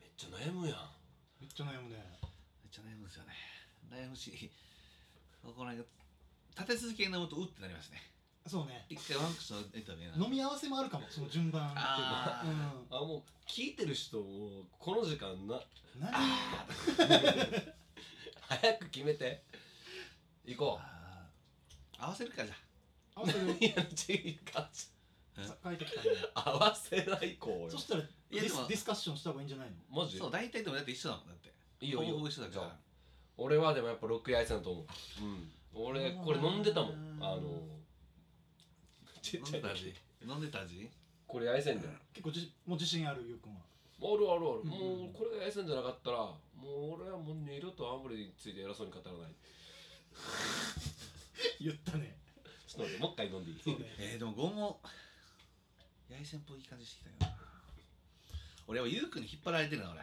っちゃ悩むやんめっちゃ悩むねめっちゃ悩むんですよね悩むしこの間立て続けに飲むとうってなりますねそうね一回ワンクションエンタメな飲み合わせもあるかもその順番っていうかあうんあもう聞いてる人もこの時間な何早く決めて行こあー合わせるかじゃ合わせるういや違う感じさ書い てきたね合わせないこうそよしたらデやィでスもディスカッションした方がいいんじゃないのマあジそう大体でもだって一緒だもんだっていいよいいほぼほよぼ一緒だじかゃらあ俺はでもやっぱロックやいさんだと思ううん俺これ飲んでたもんあのち飲んっちゃでいた時味飲んでた味これやいせんだよ結構じもう自信あるゆうくんはあるあるある、うんもうこれが S じゃなかったらもう俺はもう二度とアンブレについて偉そうに語らない言ったねちょっと待ってもう一回飲んでいいそうねえー、でもゴも八重線っぽい感じしてきたよな俺はゆうくんに引っ張られてるな俺、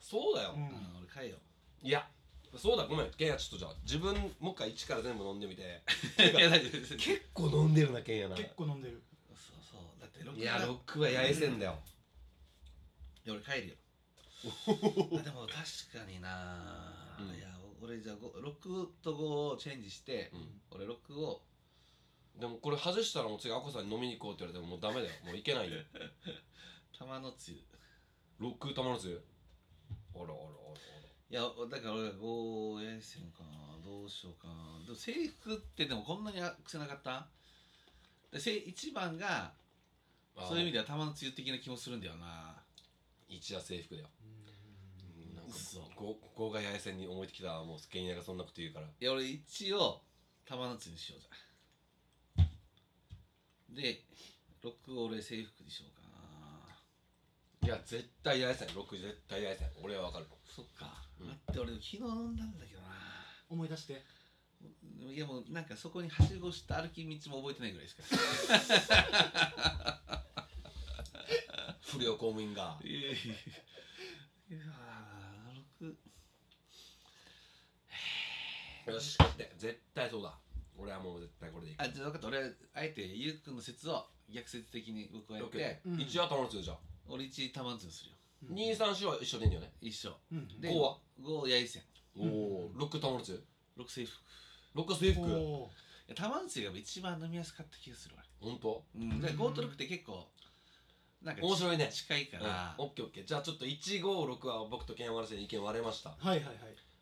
そうだよ、うんうん、俺かいよいやそうだごめんケンヤちょっとじゃあ自分もう一回一から全部飲んでみ ていや大丈夫です 結構飲んでるなケンヤな結構飲んでるそうそうだってロックいやだロックは八重線だよ、いや俺帰る よあでも確かにな、うんいや俺じゃあご6と5をチェンジして、うん俺6をでもこれ外したらもう次アコさんに飲みに行こうって言われてももうダメだよもういけないよ玉のつゆロックたまらずあらあらあらいやだから俺5やりせんかどうしようかでも制服ってでもこんなに癖なかったでせ一番があらそういう意味ででは玉のつゆ的な気もするんだよな一夜制服だようんなんか嘘ご号外八重線に思えてきたもうケンヤがそんなこと言うからいや俺一応玉のつゆにしようじゃんで6を俺制服にしようかないや絶対八重線6絶対八重線俺はわか るそっか、うん待って俺昨日飲んだんだけどな思い出していやもうなんかそこにはしごした歩き道も覚えてないぐらいしか不良公務員がいやいやいや6よし勝って絶対そうだ俺はもう絶対これでいいあじゃあ分かった俺あえてゆうくんの説を逆説的に僕はやっ6てでうん1は玉の通じゃん俺1玉のつゆにするようん234は一緒でいいんだよね一緒うんで五は5やいせんおお6玉の通6制服い6は制服おーや玉のつゆが一番飲みやすかった気がするわ本当うん、で5と6って結構なんか面白いね近いかうんら、オッケーオッケーじゃあちょっと156は僕とケンヤマラセで意見割れましたはいはいはい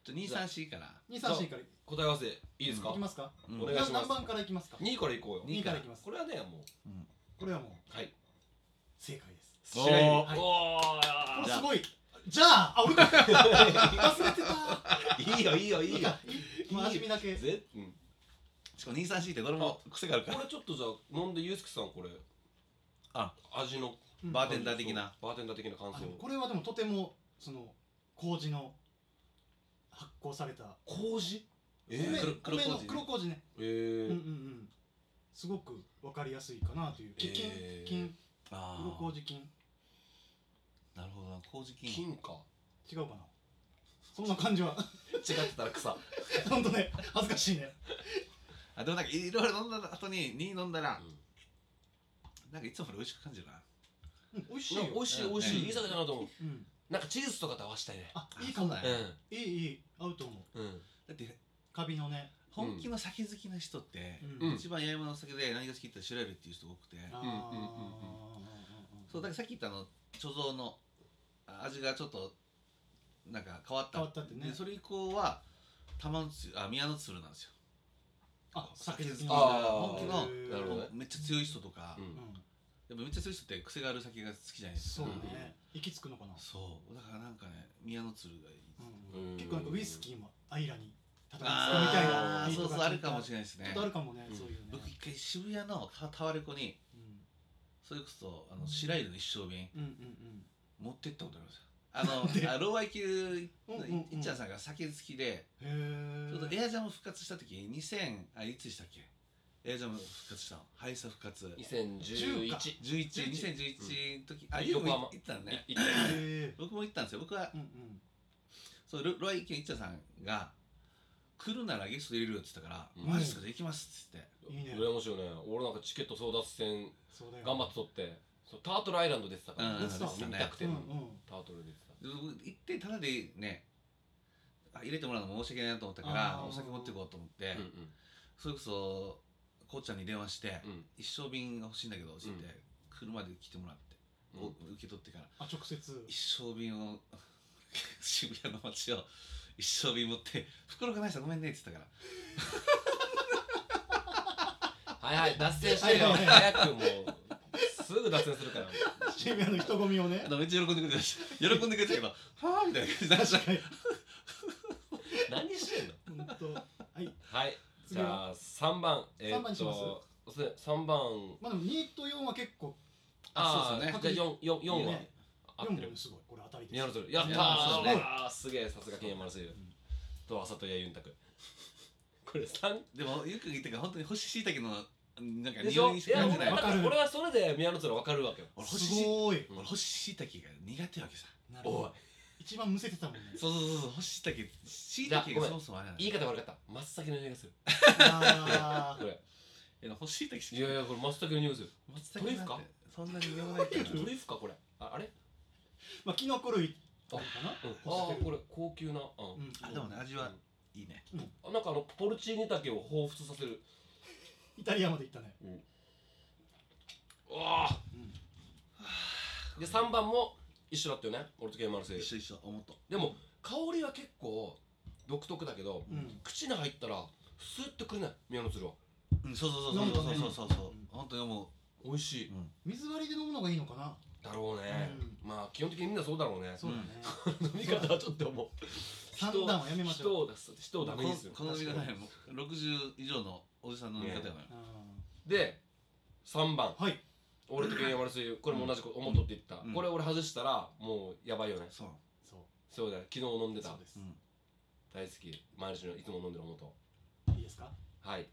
234から234からい答え合わせいいですかきますかうんお願いします何番からいきますか2からいこうよ2からいきますこれはねもうこれはもうはい正解です白百合はいこおれじゃあすごいじゃあ あ俺か忘れてたーいいよいいよいいよまあ味見だけぜうんしかも234ってどれも癖があるから これちょっとじゃあ飲んでユースケさんこれあ味のうんバーテンダー的なバーテンダー的な感あで想もこれはでもとてもその麹の発酵された麹え米ー、黒米の黒麹ね黒麹ねえうーんうんうんすごくわかりやすいかなというき菌えー菌黒あー麹菌なるほどな麹菌金か違うかなそんな感じは違ってたら草 ほんとね恥ずかしいねあでもなんかいろいろ飲んだ後に2飲んだら、うんなんかいつもより美味しく感じるなうん美味しいよ美味しい美味しいいい酒だなと思ううんなんかチーズとかと合わせたいねあいいかもあそうだよういいいい合うと思うんうんだってカビのね本気の酒好きな人って、うん一番八重山のお酒で何が好きって調べるっていう人が多くて、あうんーうんうんうんそうだからさっき言ったあの貯蔵のあ味がちょっとなんか変わった変わったってねでそれ以降は玉のつゆあ宮のつるなんですよあ酒好きあなあ本気のなるほどねめっちゃ強い人とか、うやっんぱめっちゃ強い人って癖がある酒が好きじゃないですそかうね行き着くのかなそうだからなんかね宮のつるがいいうんうん結構なんかウイスキーもアイラに叩きつくみたいあなあそうそうあるかもれしれないですなねちょっとあるかもねうんそういうね僕一回渋谷のタタワレコにうんそれこそあの白湯の一升瓶うんうん持ってったことあり ますよあのあ老廃級うんうんのうんいいっちゃんさんが酒好きでうちんへえょうどエアジャム復活した時に2000あいつでしたっけエアジャム復活したの敗者復活2011 11 2011の時、あうんゆうも横浜行ったのねいいったへえ僕も行ったんですよ僕はうんうんそうロロイキのいっちゃんさんが来るならゲスト入れるよって言ったから、うんマジっすかできますっていいね羨ましいよね俺なんかチケット争奪戦そうだよ頑張って取ってそうタートルアイランド出てたから、うん見出てたねたくて、うんタートル出てた言ってで行ってただでねあ入れてもらうのも申し訳ないなと思ったからあーお酒持っていこうと思って、うんそれこそこうちゃんに電話して、うんうん一生瓶が欲しいんだけどって言って、うん車で来てもらって、うんお受け取ってからあ直接 一生瓶を 渋谷の街を一生瓶持って「袋がないさごめんね」って言ったからはいはい脱線してよはいはいは早くもうすぐ脱線するから渋谷の人混みをねあのめっちゃ喜んでくれてました喜んでくれてたけど 「はあ」みたいな感じで出した確かに何してんの本当はいはいじゃあ3番え三番にしますそうですね3番まあでも2と4は結構ああそうですねじゃあ4四四はね合って4るもすごいこれ当たりでニャルすトルやったーニャルトルですねあーすげえさすがケンヤマルセイユと朝とやゆんたくこれ3でもよく言ったから本当に干し椎茸のなんかでし匂ょいいにしかや感俺じないだわかかるら俺はそれでミャルトル分かるわけよ俺干しす椎ごい俺干し椎茸が苦手やわけさなるほおいど一番むせてたもん ねそうそうそうそう干し椎茸椎じゃあ茸ごめがそもんそもあれなんだ言い方悪かった真っ先の匂いがするあこれえ干し椎茸しいやいやこれ真っ先の匂いする松トリュフ茸なんかてそんなに匂いないけどトリュフかこれああれーまあキノコ類とかかなうん、ああーこれ高級な、うんうんあでもね味はいいねあなんかあのポルチーニ竹を彷彿させるイタリアまで行ったねうわあ、で3番も一緒だったよね俺とケンマルセイユ一緒一緒思ったでも香りは結構独特だけど、うん口に入ったらスーッとくるね宮の鶴はうんそうそうそうそうそうそうそうそううん本当に思美味しいううん水割りで飲むのがいいのかなだろうね、まあ基本的にみんなそうだろうねそうだね飲み方はちょっともう三段はやめまし 人ょうを出す人をダメにするこのこの味がねもう60以上のおじさんの飲み方やもんあで3番ーはい俺とケンヤマルセイユこれも同じこと思っとって言った、うんこれ俺外したらもうやばいよねそうそうそうだよ昨日飲んでたそうですうん大好き毎日のいつも飲んでるおもといいですかはい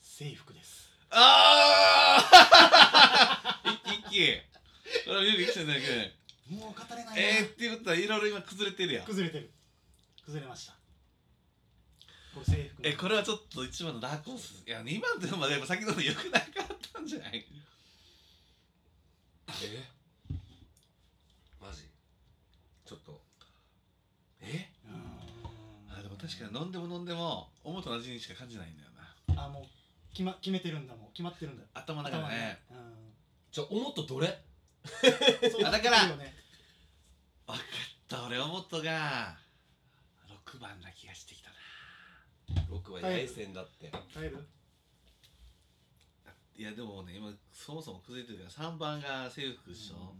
制服ですああ一気一気俺はよく生きてんだけどねもう語れないなえー、っていうことはいろいろ今崩れてるやん崩れてる崩れましたこれ制服えこれはちょっと一番のダークホースいや2番と4番でやっぱ先ほど良くなかったんじゃないえマジちょっとえうーんあでも確かに飲んでも飲んでも思うと同じにしか感じないんだよなあもう決ま決めてるんだもう決まってるんだ頭の中でねじゃあ思っとどれ頭にそうあだから言ってるよね分かった俺思っとが6番な気がしてきたな僕は八重線だって帰るいやでもね今そもそも崩れてるから3番が制服でしょ、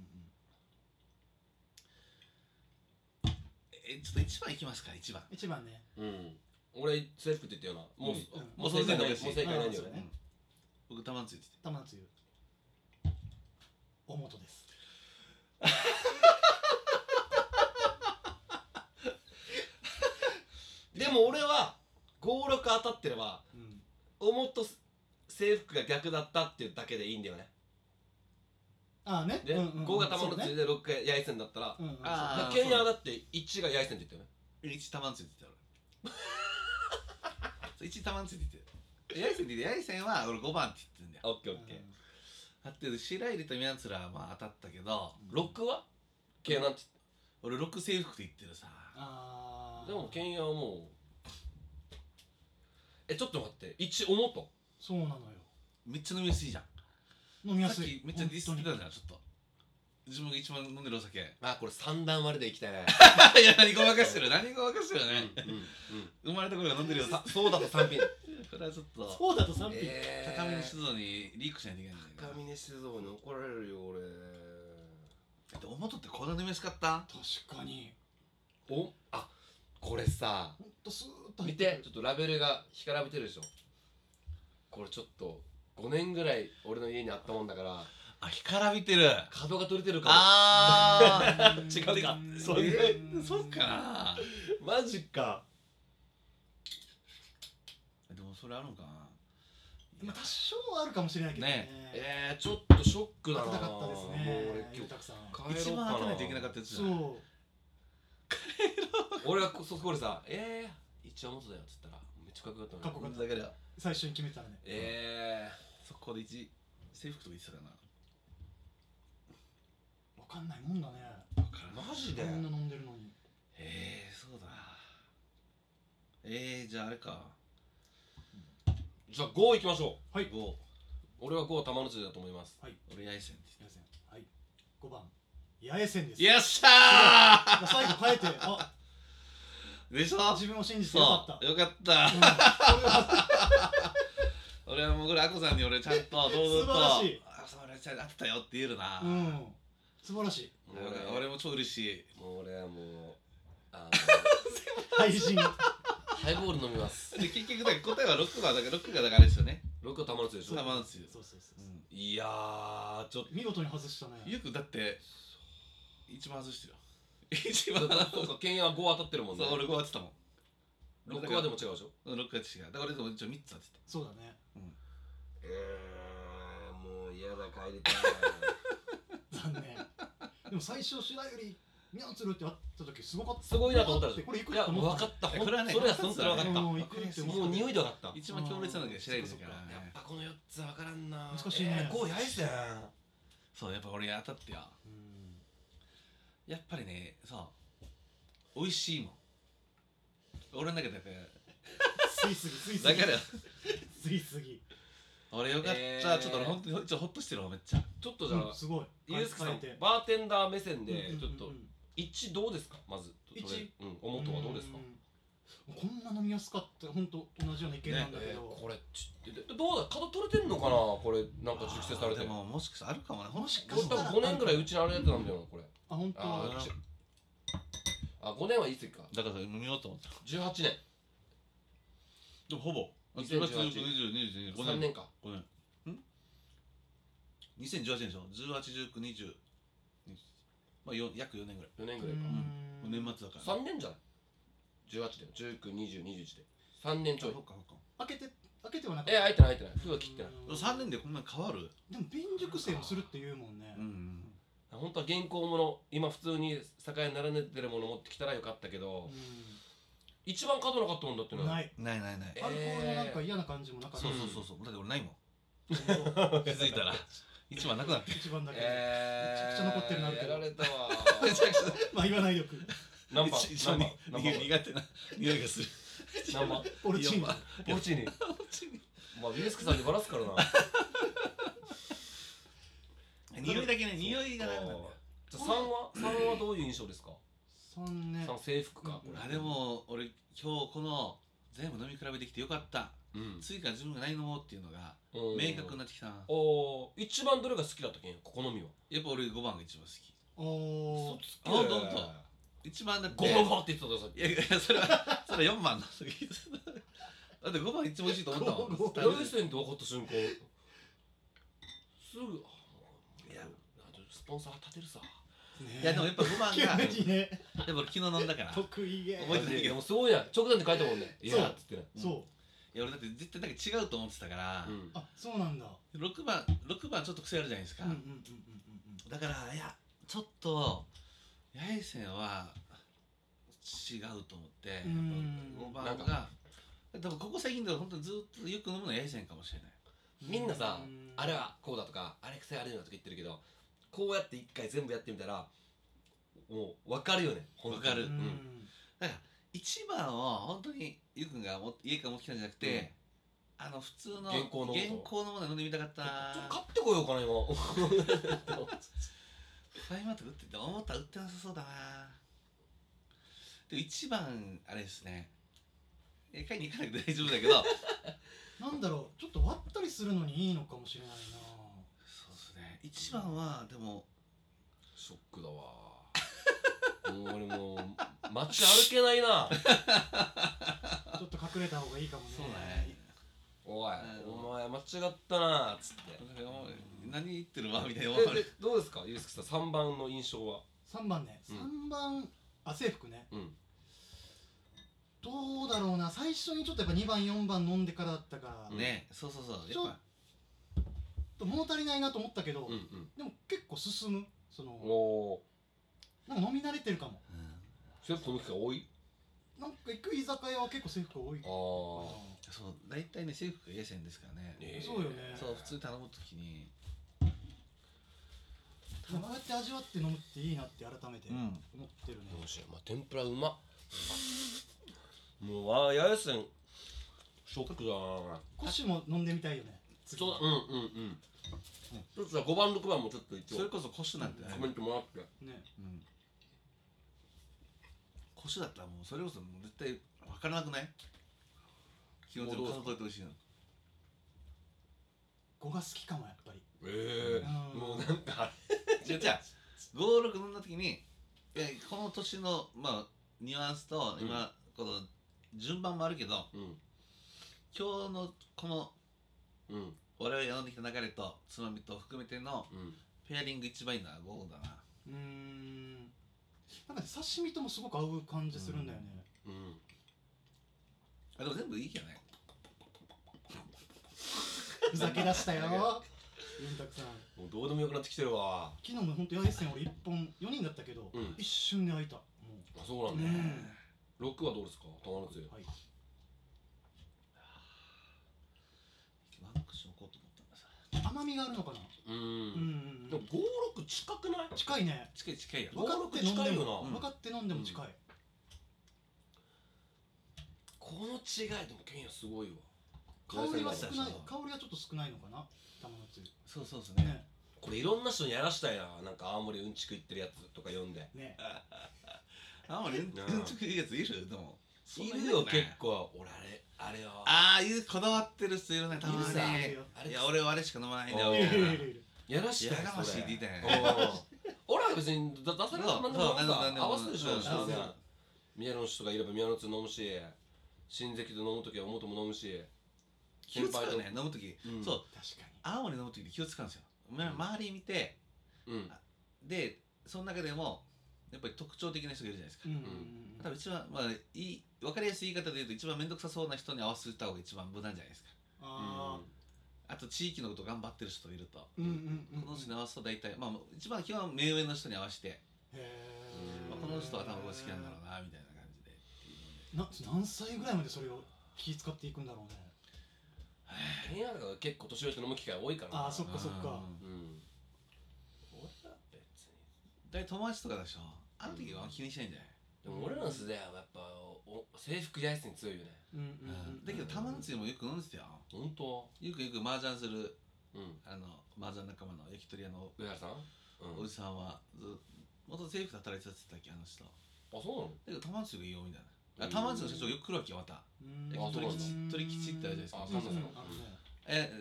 えちょっと1番いきますか1番一番ねうん俺制服って言ったよなもう、うんうんもう正解なもいもうう正正解解ないんあだそようだねね僕玉ついてて玉のつゆおもとですでも俺は56当たってればうん思っと制服が逆だったっていうだけでいいんだよねああねで、う五んうんうん5が玉のそうつねいで6が八重線だったら、うんうんあーだケンヤはだって1が八重線って言ったよね1玉ついてて 俺1玉ついてて八重線で八重線は俺5番って言ってんだよあオッケーそうオッケーだって白入れたミャンツラはまあ当たったけど6はケンヤなんて俺6制服って言ってるさあーでもケンヤはもうえちょっと待って1思っとそうなのよめっちゃ飲みやすいじゃん飲みやさすっいきめっちゃディスってた本じゃんちょっと自分が一番飲んでるお酒 いあこれ三段割れでいきたいね、や何ごまかしてる何ごまかしてるねうんうん生まれた頃から飲んでる よさ さそうだと3品これはちょっ当にとそうだと賛否え高高めの峰酒酒造にリークしないといけないんだよ高な峰酒造に怒られるよ俺だっておもとってこんな飲みやすかった確かにおあこれさほんとスーッと入見ってくてるちょっとラベルが干からびてるでしょこれちょっと5年ぐらい俺の家にあったもんだからあ干からびてる角が取れてるかああ 違うかそれえそうかなもマジかでもそれあるのかなまあ多少はあるかもしれないけどねえー、ちょっとショックだ当なてたかったですもねう俺ゆうたくさん今日帰一ろうか番な当てないといけなかったやつじゃそんう俺はこそこでさ「え一応元だよっつったらめっちゃかっこよかったかっのこよよかっただから最初に決めてたらねえそこで一制服とか言ってたかわかんないもんだねな分かー、らんマジこでんな飲んでるのにえー、そうだなえー、じゃああれかじゃあ5いきましょうはい5俺は5玉の杖だと思います俺やいせんって八重線はい5番八重線ですよっしゃあ最後変えて言あってでしょ 自分を信じてそうよかったよかったうんこ れは俺はもうこれアコさんに俺ちゃんと堂々と素晴らしいあそう俺ちゃんと会ってたよって言えるな、うん素晴らしいー俺俺も超嬉しいもう俺はもうあ配信のハイボール飲みますで結局だから答えは6番だから6がだからあれですよね6は玉の杖でしそょうなんですよ、そうそうそううんいやーちょっ見事に外したねよくだって一番外してるよ一番とそうか剣矢は5当たってるもんねそう俺5当てたもん6はでも違うでしょうん6が違うだから俺でも一応3つ当てたそうだねうーんもう嫌だ帰りたい残念でも最初白百合ミャンツルって会った時すごかった すごいなと思ったでしょこれいくいらやと分思っかたったいやほんこれはねそれは本当に分かったももういくらってう匂いで分かったや一番強烈なのが白百合だからあーねっぱこの4つは分からんな難しいねえー、5やいせんそうやっぱ俺当たってようんやっぱりねそう美味しいもん俺の中でやっぱ吸いすぎ吸いすだぎから吸いすぎ俺よかった、えーちょっと俺ほんとにちょっとほっとしてるわめっちゃちょっとじゃあ、うんすごいゆうすけさ変えんてバーテンダー目線でうんちょっうとんうん一どうですかまずとりあえず一うんおもとはどうですかうんこんな飲みやすかった本当同じような意見なんだけえーど、これちででどうだ角取れてんのかなこれなんか熟成されあーてでこももしかしたらあるかもねもしれか多し分たら5年ぐらいうちにあれやってたんだよなこれあ本当あはーちあ5年は言い過ぎかだから飲みようと思って18年でもほぼ2018 2020 3年か5年ん2018年でしょ181920まあよ約4年ぐらい4年うぐらいかん年末だから3年じゃない18年192021で3年ちょいそっかそっか開けて開けてはなかっえーた開いてない開いてない封は切ってないうん3年でこんなに変わるでも便熟成もするって言うもんねん本当は現行もの今普通に酒屋に並んでるもの持ってきたらよかったけど一番角なかったもんだってうんないいないないないえアルコールのなんか嫌な感じもなかったそしうそうそうそうだって俺ないもん気づいたら一番なくなって一番だけえー、めちゃくちゃ残ってるなやられた わめちゃくちゃまあ言わないよく何番一緒何に番何番苦手な匂いがする何番俺チームいやポチにまあウィルスクさんにバラすからな匂いだけね匂いがなんだねじゃあ3は三はどういう印象ですか三年三制服かこうんあでも俺今日この全部飲み比べてきてよかったれうん次から自分が何飲もうっていうのがうん明確になってきたなおー一番どれが好きだったっけ好みはやっぱ俺5番が一番好きおーつけあどんどん一番だってゴーゴーって言ってたぞさっきいやいやそれはそれは4番の時 だって5番一番美味しいと思ったもん五大番食べて戦って分かった瞬間すぐあいやスポンサー立てるさねいやでもやっぱ5番がやっぱ急にね俺昨日飲んだからい得意げ覚えてないけどでもすごいな直談で書いたもんねいそうやっつってねそや俺だって絶対なんか違うと思ってたからうんうあそうなんだ6番6番ちょっと癖あるじゃないですかうんうんうんうんうんうんだからいやちょっと八重線は違うと思ってやっぱうん5な番んがでもここ最近では本当にずっとよく飲むのは八重線かもしれないみんなさうんあれはこうだとかあれ癖あるよとか言ってるけどこうやって一回全部やってみたらもう分かるよね本当に分かるううんん1番を本当にゆうくんが持って家から持ってきたんじゃなくて、あの普通の現行のもの現行のもの飲んでみたかったちょっと買ってこようかな今ファイマート売ってて思ったら売ってなさそうだなでも1番あれですねえ買いに行かなくて大丈夫だけ どそうなんだろうちょっと割ったりするのにいいのかもしれないなですね1番はでもショックだわもう俺もう街歩けない なちょっと隠れた方がいいかもねそうだねおいうんお前間違ったなっつってなんかもう何言ってるわみたいな思わえれでるどうですかゆうすけさん3番の印象は3番ねうん3番あ制服ねうんどうだろうな最初にちょっとやっぱ2番4番飲んでからだったからうんちねそうそうそうちょやっょっと物足りないなと思ったけどうんうんでも結構進むそのおおなんか飲み慣れてるかもぱ、セットの機会多いなんか行く居酒屋は結構制服が多いかなあそう大体ね制服が A 線ですからね、えーそうよねそう普通に頼むときに、でもああやって味わって飲むっていいなって改めてう思んってるね、どうしよう、まあ、天ぷらうまっもうああ八重線昇格だなコッシーも飲んでみたいよねそうだうんうんうんちょっとじゃあ5番6番もちょっと一それ応こそコシュなんてねコメントもらってねうん腰だったらもうそれこそもう絶対分からなくない気持ちをもうどう数えてほしい の語が好きかもやっぱりええうんもうなんかじゃあじゃあ56飲んだ時にいやこの年のまあニュアンスと今、この順番もあるけどうん今日のこのうん我々が飲んできた流れとつまみと含めてのうんペアリング一番いいのは午後だなうーんなんかね刺身ともすごく合う感じするんだよね、うんあでも全部いいけどねふざけ出したよユンタクさんもうどうでもよくなってきてるわ昨日も本当八重線俺1本4人だったけど、うん一瞬で開いたもあそうなう、んだ、うん6はどうですか玉の杖はい、ワンクッション置こうと思ったんださ甘みがあるのかな、ううんんうでんうもん、 56近くない近いね近い近いやわ分かって飲56んで近いもよな分かって飲んでも近い、この違いでもケンヤすごいわ香りは少ないうん香りはちょっと少ないのかな玉のつゆそうそうですねねこれいろんな人にやらしたいななんか青森うんちく言ってるやつとか読んでねあんまりうんなあうんちくいいやついるでもそんいなにるなよね結構俺あれあれよああいうこだわってる人いるねたまいにるさねあれいや俺はあれしか飲まないんだおよういんるいるいるいるやらしたいやらましいそれみたいなおう俺は別にだ出されたら何でもそうそうさ何でも何でも合わせるでしょうん全然そう宮野の人がいれば宮野の人飲むし親戚と飲むときは妹も飲むし気を使うね飲む時うんそう確かに青森飲む時に気を使うんですよまうん周り見てうんでその中でもやっぱり特徴的な人がいるじゃないですかうんうん多分一番まあいい分かりやすい言い方で言うと一番面倒くさそうな人に合わせた方が一番無難じゃないですかああと地域のこと頑張ってる人いるとこーうんうんうんの人に合わせた大体まあ一番基本は目上の人に合わせてへえまあこの人は多分好きなんだろうなみたいな感じでな何歳ぐらいまでそれを気使っていくんだろうねケンヤが結構年上と飲む機会多いからなあーそっかそっかうんうん俺は別に大体友達とかでしょあの時は気にしないんじゃないでも俺らの世代はやっぱお制服やいすに強いよねうんうんうんだけど玉のつゆもよく飲んでたよ本よ当くよく麻雀するうんあの麻雀仲間の焼き鳥屋の上原さんおうんあじさんはず元制服で働いてたって言ってたっけあの人だそけど玉のつゆがいいよみたいなあうん玉のつゆの社長よく来るわけよまたうんあ焼きそう鳥なきち鳥きちんだってあるじゃな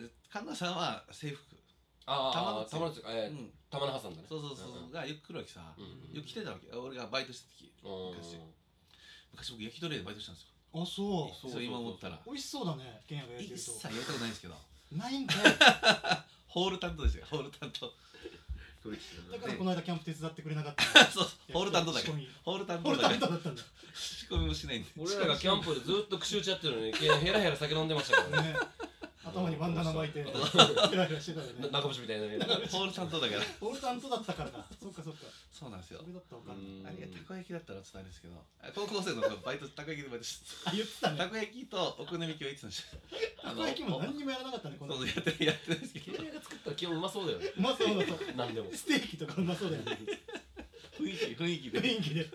いですあか神田さんうんうんあるねえ神田さんは制服うなのああ玉の玉のつえうーん玉の挟んだねそうそうそうがよく来るわけさうんうんよく来てたわけ俺がバイトしてた時うん昔昔僕焼き鳥屋でバイトしたんですよあそそうそそううそう今思ったらう美味しそうだねケンヤがやって一る切とやりたくないんですけどない んかいホール担当ですよホール担当だからこの間キャンプ手伝ってくれなかったそう ホール担当だけ仕ど込みホール担ホ当ールだ担けど当だったんだ仕込みもしないんで俺らがキャンプでずっと串打ち合ってるのにケンヤヘラヘラ酒飲んでましたからね ね頭にバンダナ巻 いてうんヘラヘラしてたよなね中星みたいなのにうホール担当だからホール担当だったからだそっかそっかそうなんですよそれだったら分かんないんあれがたこ焼きだったらちょっとあれですけどあ高校生の頃バイトたこ焼きでバイトしてあ言ってたたねたこ焼きとお好み焼きをいつもしてたたこ焼きもあの何にもやらなかったねこのそうやってやってないですけケど ンヤが作ったら基本うまそうだよねうまそうだと 何でもステーキとかうまそうだよね雰囲気雰囲気で雰 囲気で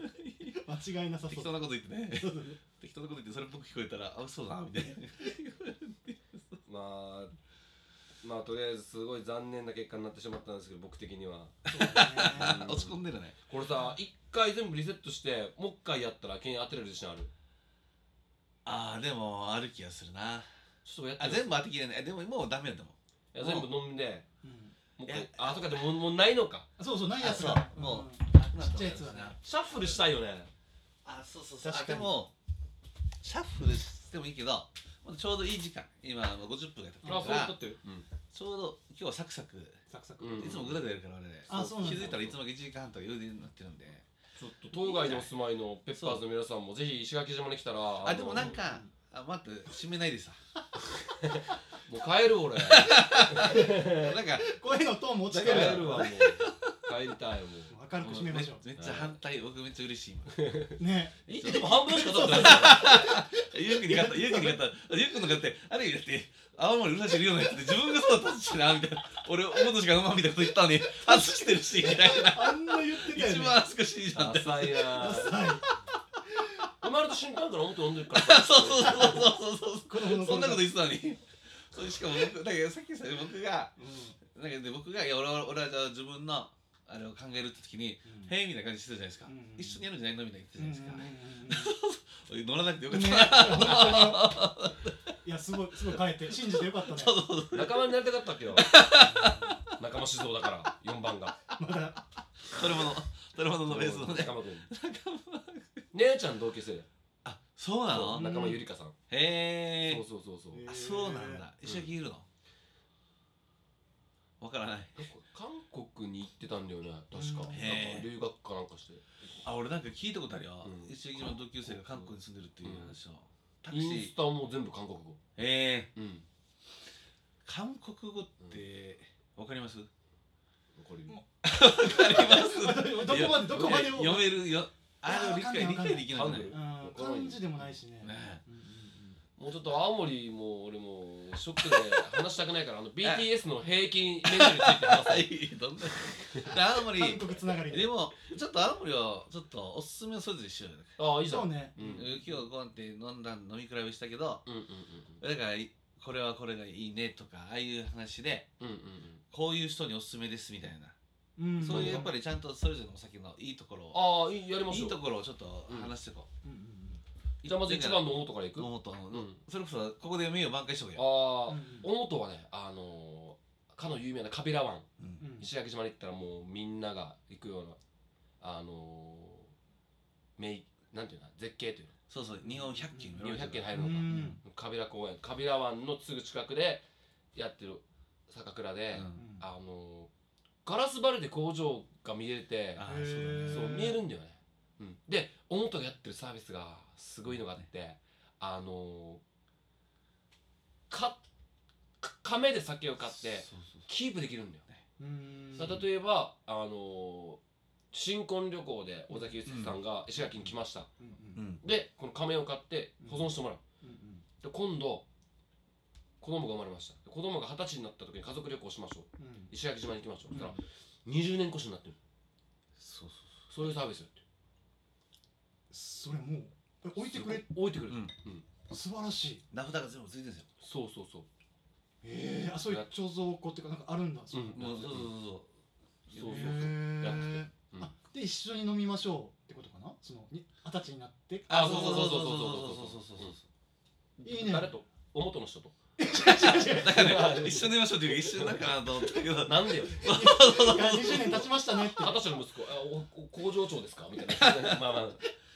間違いなさそ適う当なこと言ってねそうだね適当なこと言ってそれっぽく聞こえたらあそうだなみたいなまあまあとりあえずすごい残念な結果になってしまったんですけど僕的にはそうだねうん落ち込んでるねこれさ一回全部リセットしてもう一回やったらケンヤ当てれる自信あるああでもある気がするなちょっとやってあみる全部当てきれないえでももうダメだと思いや全部飲んでうんもう一い回やあそうかでももうないのかそうそうないやつあだそうもううんうちっちゃいやつはねシャッフルしたいよねあそうそうそう確あでかにもシャッフルしてもいいけどちょうどいい時間今あの50分が経ってあるそかうら取ってるちょうど今日はサクサクいサクサクうんつもグダグダやるから俺ねあそうなんだ気づいたらいつもか1時間半とか余裕になってるんでちょっと当該にお住まいのペッパーズの皆さんもぜひ石垣島に来たらあでもなんもかあ待って締めないでさう帰る俺なんか 声のトーンも落ち帰てるるわもう帰帰りたいもう明るく締めましょめっちゃ反対、僕めっちゃ嬉しい。今うねえでも半分しか取ってないゆうくんに勝った、ゆうくんに勝った、ゆうくんの勝って、ある意味だって、青森うなしいるようなやつで、自分がそうだったしな、みたいな。俺、おもとしかうまみたいなこと言ったのに、外してるし、みたいな。あんな言ってたよ一ね番恥ずかしいじゃんって。浅いなは い生まれた瞬間から思って飲んでるから そうそうそうそうそう子供そのう。そ頃んなこと言ってたのに。そうしかも僕、だけどさっきさ、僕が、だけど僕が、いや、俺は、俺はじゃあ自分の、あれを考えるって時に、うんへえみたいな感じしてたじゃないですかうん。一緒にやるんじゃないのみたいなう言んうんってたじゃないですか。う俺乗らなくてよんうかっんねた。本当にいやすごいすごい変えて信じてよかったね仲間になりたかったっけど仲間酒造だから4番がまだ トレモの、トレモのベースのね。仲間君姉ちゃん同級生あ、そうなそうの仲間ゆりかさんへえ。そうそうそうそうへーあそうなんだ石垣いるの、わからない韓国に行ってたんだよね確かなんかへー留学かなんかしてあ俺なんか聞いたことあるよ、うん石垣島の同級生が韓国に住んでるっていう話を、タクシインースタも全部韓国語ええうん韓国語ってわかります、これわかりまどこまでどこまでも読めるよいやあれを理解わ理かんない解できなくなわかんるうん感じでもないしねねうんうんうんもうちょっと青森も俺もうショックで話したくな いからあの BTS の平均年齢について話はそういどんな青韓森国つながりででもちょっと青森をちょっとおすすめをそれぞれしようよ、ああいいじゃんそうねうんうん今日ごんって飲んだ飲み比べしたけどうんだからこれはこれがいいねとかああいう話でうんうんうんこういう人におすすめですみたいな、うんそういうやっぱりちゃんとそれぞれのお酒のいいところをああいいやりましいょいうところをちょっと話していこうんうんうじゃあまず一番の大本からいく飲あもうと思う、うんそれこそここで名誉挽回しとくよあうん大本はねあのーかの有名なカビラ湾うんうん石垣島に行ったらもうみんなが行くようなあのーめいなんていうの絶景というそうそう日本100軒の日本百景に入るうのかんカビラ公園カビラ湾のすぐ近くでやってる酒蔵で、うんあのーガラス張りで工場が見えてあへーそうだねそうー見えるんだよね、うん、で表がやってるサービスがすごいのがあってあのーかか亀で酒を買ってそうそうキープできるんだよ、うんだから例えばあのー新婚旅行で尾崎裕さんが石垣に来ました、うんそううんでこの亀を買って保存してもらう、うんうんで今度子供が生まれましたで子供が二十歳になった時に家族旅行しましょううん石垣島に行きましょう、そしたら20年越しになってるそうそうそういうサービスやってるそれもうえ置いてくれ置いてくれる、うん素晴らしい名札が全部ついてるんですよそうそうそうええあそういう貯蔵庫っていうかなんかあるんだそううんもうそうそうそうそうそうそうへそうやってえうんあで一緒に飲みましょうってことかなそのに二十歳になってあそうそうそうそそううそうそうそういいね誰とお元の人と だ からね一緒に飲みましょうっていうか一緒になんかなと思ったけどなんでよいや20年経ちましたねって二十歳の息子あおお工場長ですかみたい なまあまあ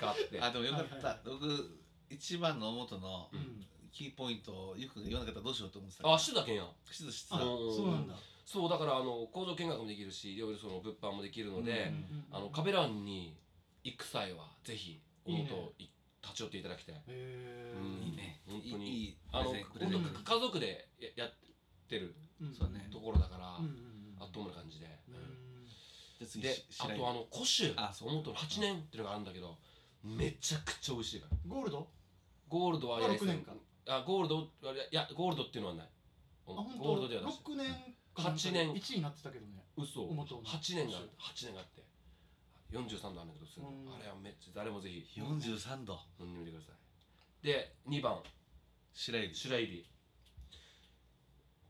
があってあでもよかった、はいはいはい僕一番の元のうんキーポイントをゆうくんが言わなかったらどうしようと思ってたあしてたけんやしてたしてあたそうなんだそうだからあの工場見学もできるしいろいろその物販もできるので、あのカベランに行く際はぜひお元をい立ち寄っていただきたいえうんいいね。本当いにいいいあのプレゼンプレゼン本当家族でややってるそうねところだから、うんうんあっという間な感じで、じゃあ次でしあ白井とあの古酒あそう思ったの8年っていうのがあるんだけどめちゃくちゃ美味しいからゴールドゴールドはあやり6年かあゴールドはいやゴールドっていうのはないあゴ本当ールドではない6年八年1位になってたけどね嘘表を8年がある8年があって43度あるんだけどすぐうんあれはめっちゃ誰もぜひ43度飲んでみてくださいで2番白百合白入り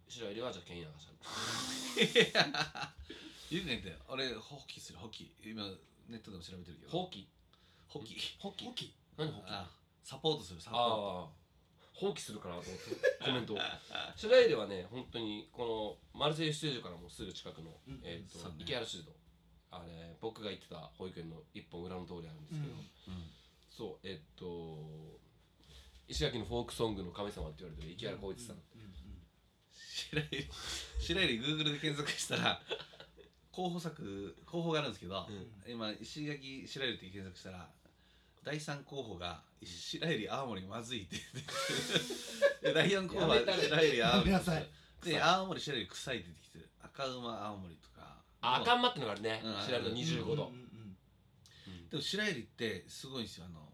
白入りはじゃあケンヤがさるゆうくんが言ったよ俺ホッキーするホッキー今ネットでも調べてるけどほうきホッキーほうき大きい何ほうきあサポートするサポートああ放棄するかなと思ってコメントを白井ではね本当にこのマルセイユステージからもすぐ近くの、うんえーとそうね池原酒造あれ僕が行ってた保育園の一本裏の通りあるんですけど、ううんんそうえっ、と石垣のフォークソングの神様って言われてる池原浩一さん、うんうん白百合白百合 Google で検索したら候補作候補があるんですけどうん今石垣白百合って検索したら第3候補が白百合青森まずいって 出てきてるで第4候補はやめたれ白百合青ごめん森なさいで青森白百合臭い出てきてる赤馬青森とかあ赤ん間ってのがあるねうん白百合の25度、うんうんうんでも白百合ってすごいんですよあの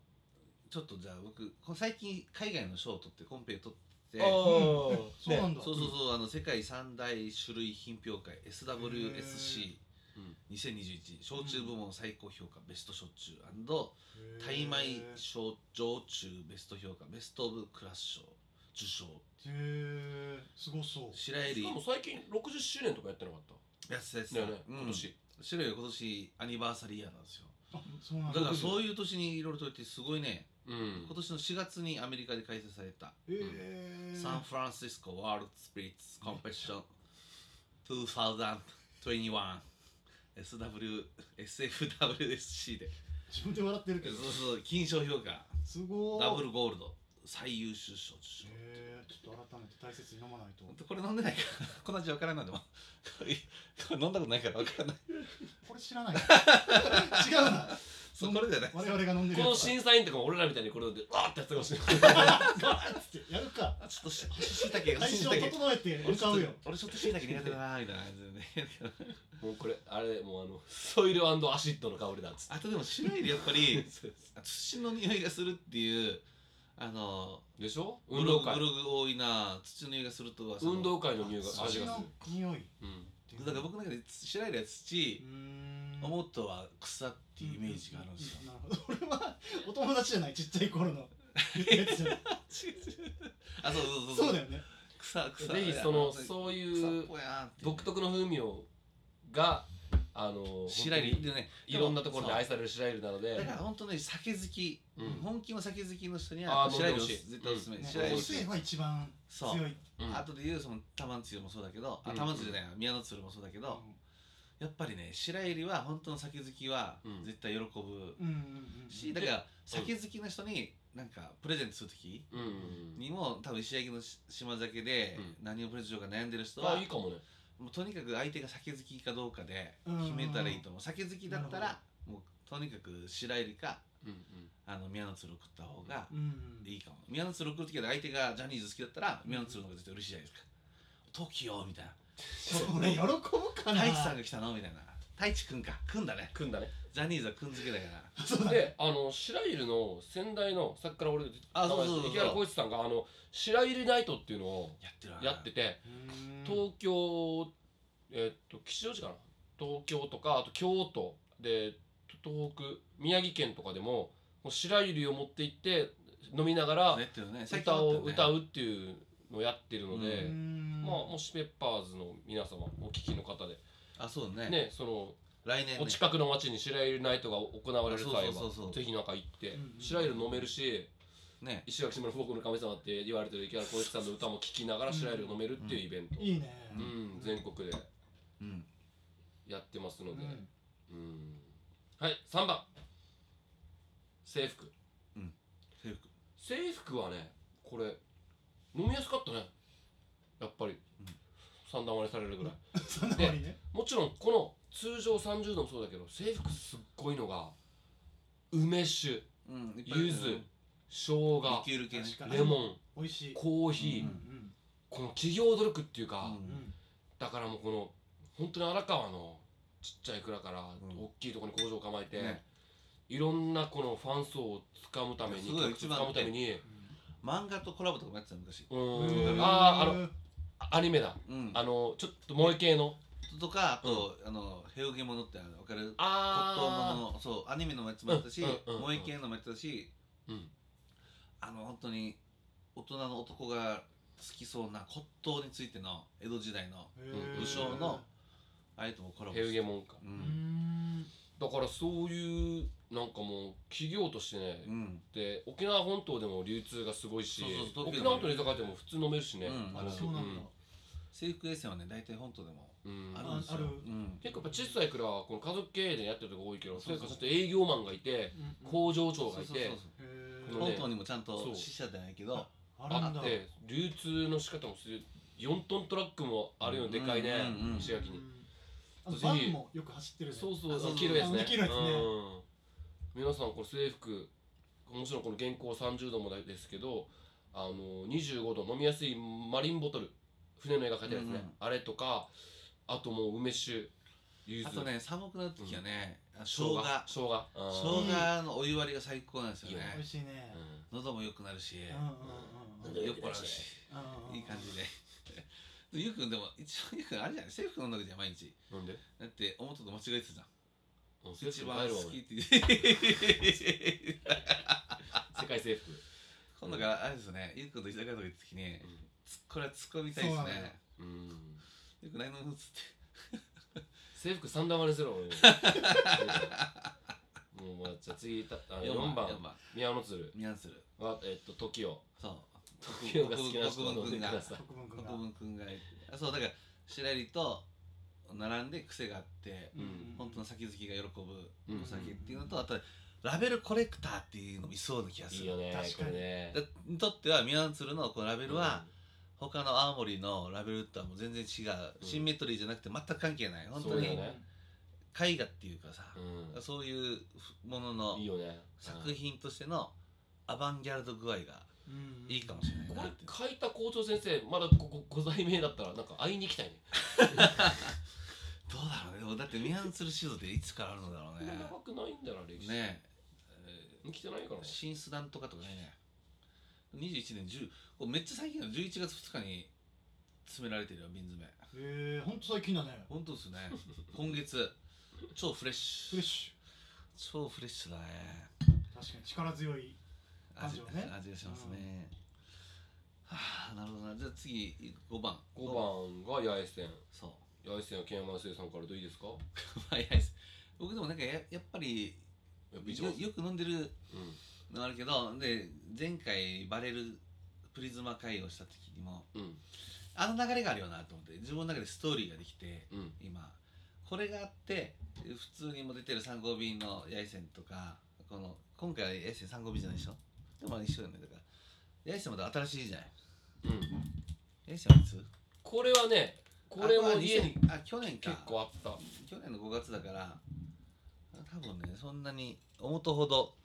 ちょっとじゃあ僕こ最近海外の賞を取ってコンペを取っておーそうなんだそうそうそうあの世界三大種類品評会 SWSC2021 うん焼酎部門最高評価ベスト焼酎へー大米焼酎ベスト評価ベスト・オブ・クラス賞受賞へえすごそう白百しか合も最近60周年とかやってなかっやつやつただよね、うん今年白百合今年アニバーサリーイヤーなんですよあそうなんだからそういういう年にいろいろといてすごいねうん、今年の4月にアメリカで開催されたえー、サンフランシスコワールドスピリッツコンペティション2021 SW SFWSC で自分で笑ってるけ そうどそう金賞評価すごーダブルゴールド最優秀賞受賞えー、ちょっと改めて大切に飲まないとほんとこれ飲んでないから この味わからんないでもこれ飲んだことないからわからないこれ知 らない違うなそうこれだよね我々が飲んでるこやのつだ審査員とかも俺らみたいにこれでわーってやってたかもしれないやるかちょっとししいたけ相性整えて向かうよ俺ちょっとしいたけ苦手だなみたいな感じでねもうこれあれもうあのソイルアシッドの香りだっつってあとでも白いでやっぱ り土の匂いがするっていうあのでしょブ運ロ動グブ会ログ多いな土の匂いがするとは運動会の匂いが味土がすのる匂いっうんていうだから僕の中で白いではう土ーん思うとは草っていうイメージがあるんですよなるほど俺はお友達じゃないちっちゃい 頃の言ったやつじゃないあそうそうそうそうだよね草草ぜひその草っそういうぽいなっていう独特の風味をがあの白い本当にでねいろんなところで愛そされる白百合なのうでだから本当ね酒好きうん本気の酒好きの人にあはー白い飲んでほしい絶対おすすめうん白いい個性は一番そう強いうんあとで言うその玉つゆもそうだけど、うあん玉つゆじゃない宮のつゆもそうだけど、やっぱりね白百合は本当の酒好きはうん絶対喜ぶうんうんうんうんし、だから酒好きの人になんかプレゼントする時うんうんにも多分石焼きのし島酒でうん何をプレゼントしようか悩んでる人は、あいいかもねもうとにかく相手が酒好きかどうかでうん決めたらいいと思う酒好きだったなるらもうとにかく白百合かうん うんあの宮のつゆを食った方がうんいいかも宮のつゆを食る時は相手がジャニーズ好きだったら宮のつゆの方が絶対嬉しいじゃないですか。トキオみたいなそれ喜ぶかな太一さんが来たのみたいな太一くんかくんだね組んだねジャニーズはくん付けだからそうだねであの白百合の先代のさっきから俺あそうそうそうそう池原浩一さんがあの白百合ナイトっていうのをやってるわやっててうん東京えっと吉祥寺かな東京とかあと京都で東北宮城県とかでももう白百合を持って行って飲みながらやってるね歌を歌ううっていうのをやってるので、うまあもしペッパーズの皆様お聞きの方であそうだねねその来年ねお近くの町に白百合ナイトが行われる際あそうそうそうそはうぜひなんか行ってうんうん白百合飲めるしね石垣島の僕の神様って言われてる池原浩一さんの歌も聴きながら白百合飲めるっていうイベント、いいねうん全国でうんやってますので、うんうんはい3番制服制服制服はねこれ飲みやすかったねやっぱり、うん三段割れされるぐらいそんな割りねもちろんこの通常30度もそうだけど制服すっごいのが梅酒うんいっぱい柚子生姜リキュール系ね確かにレモン美味しいコーヒー、うんうんこの企業努力っていうか、うんだからもうこの本当に荒川のちっちゃい蔵からうん大きいところに工場を構えて、ねいろんなこのファン層をつかむためにすごい客層をつかむために、漫画とコラボとかもやってたの昔ううんんあーあのアニメだうんあのちょっと萌え系のとかあとあのヘオゲモノってあのわかるコットンもあののそうアニメのもやつもやったしうんうんうん萌え系のもやってたしーうんあの本当に大人の男が好きそうな骨董についての江戸時代のうん武将のああいうともコラボヘウしてゲモンかううんんだからそういうなんかもう企業としてね、うんで沖縄本島でも流通がすごいしそうそうそう沖縄本島の居酒屋でも普通飲めるしね、うんあのそうなんだ制服衛星はね大体本島でもうんあるんですよああるうん結構やっぱ小さい蔵はこの家族経営でやってるとこ多いけどそそうれそうかちょっと営業マンがいて工場長がそういそうそうてそへこのーうね本島にもちゃんそとう死者じゃないけどああるんっだて流通の仕方もする4トントラックもあるようなでかいねうんうんうん石垣にあのバンもよく走ってるねそうそうあそうそう黄色いやつね黄色いやつねうん、皆さんこの制服もちろんこの現行30度もですけどあの25度飲みやすいマリンボトル船の絵が描いてあるやつね、うんうんあれとかあともう梅酒ゆずあとね寒くなった時はね、あ生姜生姜生姜生姜のお湯割りが最高なんですよね美味しいねうん喉も良くなるし、うんうんうんうん酔っ払うしうんうんいい感じででゆうくんでも一応ゆうくんあれじゃない制服飲んだわけじゃん毎日なんでだって思ったと間違えてたじゃん一一番番好好きっきて言って世界征服今度からあれですねゆうくんと居酒屋とか行った時につこれは突っ込みたいですそうなのよねうんよくないのっつって制服三段割れ するわ俺もうもうじゃあ次たあ四4四番宮野鶴ミャンスルはえっ と TOKIO そう国分が好きな人は国分飲んで君くがださい国分君国が分君があそうだから白百合と並んで癖があってうん本当の先好きが喜ぶうんお酒っていうのとあとラベルコレクターっていうのもいそうな気がすいるいよね確こかにれねだにとってはミャンツルのこのラベこルは他の青森のラベルとはもう全然違う、うんシンメトリーじゃなくて全く関係ない本そう当だよにね絵画っていうかさ、うそういうもののんいいよね作品としてのアバンギャルド具合がうんいいかもしれないこなれっていう書いた校長先生まだここご在名だったらなんか会いに行きたいねどうだろうねでもだってミャンツル酒造っていつからあるのだろうね長くないんだな歴 史ね来てないかえら新スダンとかとかね21年10これめっちゃ最近の11月2日に詰められてるよ瓶詰めえーほんと最近だね本当ですね 今月超フレッシュフレッシ超フレッシュだねュ確かに力強い味味をね味がしますね、はあなるほどなじゃあ次5番5番が八重線そう 八重線は県山生産からどういいですか早いです僕でもなんかややっぱりやっぱ一よ番よく飲んでるうんのあるけどで前回バレルプリズマ会をした時にもうんあの流れがあるよなと思って自分の中でストーリーができてうん今これがあって普通にも出てる3号便の八重線とかこの今回は八重線3号便じゃないでしょでも一緒だよねだから八重線まだ新しいじゃないうん八重線はいつこれはねこれも家にあ去年か結構あった去年の5月だから多分ねそんなに思ったほど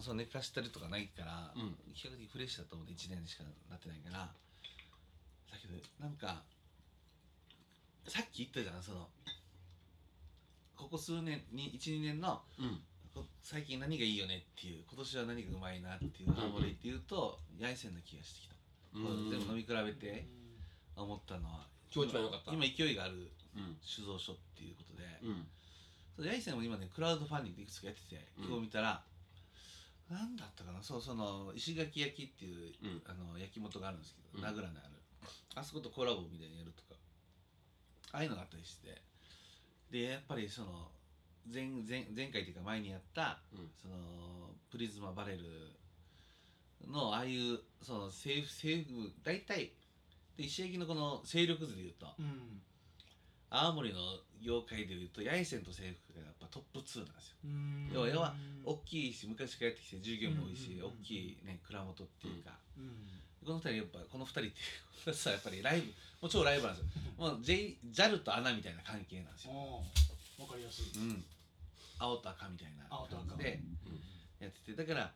そう寝かしてるとかないから、うん比較的フレッシュだと思って1年しかなってないからだけどなんかさっき言ったじゃんそのここ数年に12年のうんこ最近何がいいよねっていう今年は何がうまいなっていうハモリっていうと八重線な気がしてきた、うんこう全部飲み比べうてん思ったのは今日一番良かった今勢いがあるうん酒造所っていうことで、うんそう八重線も今ねクラウドファンディングでいくつかやっててうん今日見たら、なんだったかなそうその石垣焼きっていう、うんあの焼き元があるんですけど、うん名倉にあるあそことコラボみたいにやるとかああいうのがあったりしてでやっぱりその前前前回っていうか前にやったうんそのプリズマバレルのああいうその政府政府大体で石焼きのこの勢力図でいうと、うん青森の業界でいうと八重線と制服がやっぱトップ2なんですよ、うん要は要は大きいし昔からやってきて従業も多いし、うんうん大うんうんきいね蔵元っていうか、うんこの二人やっぱこの二人っていうさやっぱりライブもう超ライブなんですよもう J- JAL と穴みたいな関係なんですよ、おーわかりやすいうん、青と赤みたいな青と感赤じでやっててだから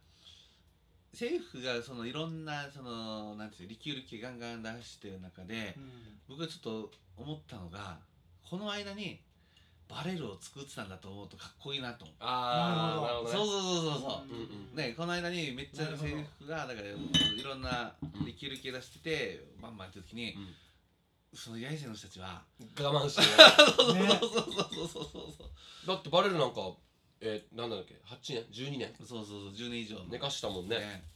政府がそのいろんなそのなんていうのリキュール系ガンガン出してる中で、うん僕がちょっと思ったのがこの間にバレルを作ってたんだと思うとかっこいいなと思うああななるるほほどそうそうそうそうそねううんうねこの間にめっちゃなるほど制服がだからいろんなリキュール系出しててバンバンやってる時に、その八重瀬の人たちはうん我慢してないそうそうねそうそうそうそうそうだってバレるなんかえーなんだっけ八年十二年そうそうそう10年以上の寝かしたもんね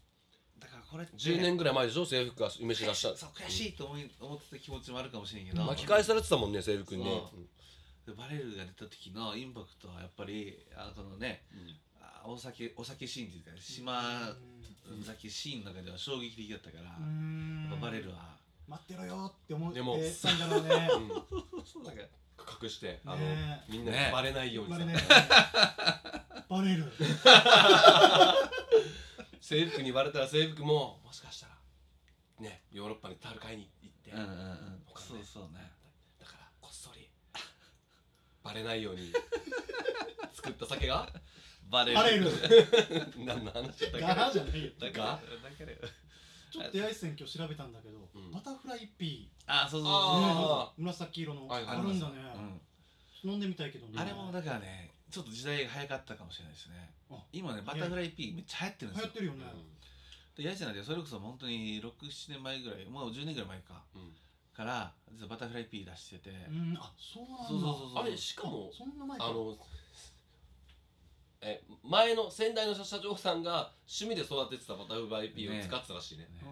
だからこれって10年ぐらい前でしょ制服が梅酒出したそう悔しいと思い思ってた気持ちもあるかもしれんけど巻き返されてたもんね制服にねそうでバレルが出た時のインパクトはやっぱりあこのねあお酒お酒シーンっていうか島うんさっきシーンの中では衝撃的だったから、うやんっぱバレルは、待ってろよって思っでもてたんだろうねうんうんそうだから隠してあのねみんなねにバレないようにバさレないバレる制服にバレたら制服ももしかしたらねヨーロッパにタルカイに行ってうんうんうん他そうのねそうねだからこっそり バレないように作った酒がバレバレる 何の話だったっけガラじゃないよだだかかららだからちょっと出会い線今日調べたんだけどうんバタフライピーあそうそうそうあ紫色のはいあはいるんだねうん飲んでみたいけどねあれもだからねちょっと時代が早かったかもしれないですねあ今ねバタフライピーめっちゃ流行ってるん流ですよ行ってるよね、でヤジなんてそれこそ本当に67年前ぐらいもう10年ぐらい前かうんから実はバタフライピー出してて、うんあそうなんだそうそうそうそうあれしかもそんな前かあのえ前の先代の社長さんが趣味で育ててたバタフライピーを使ってたらしいねねう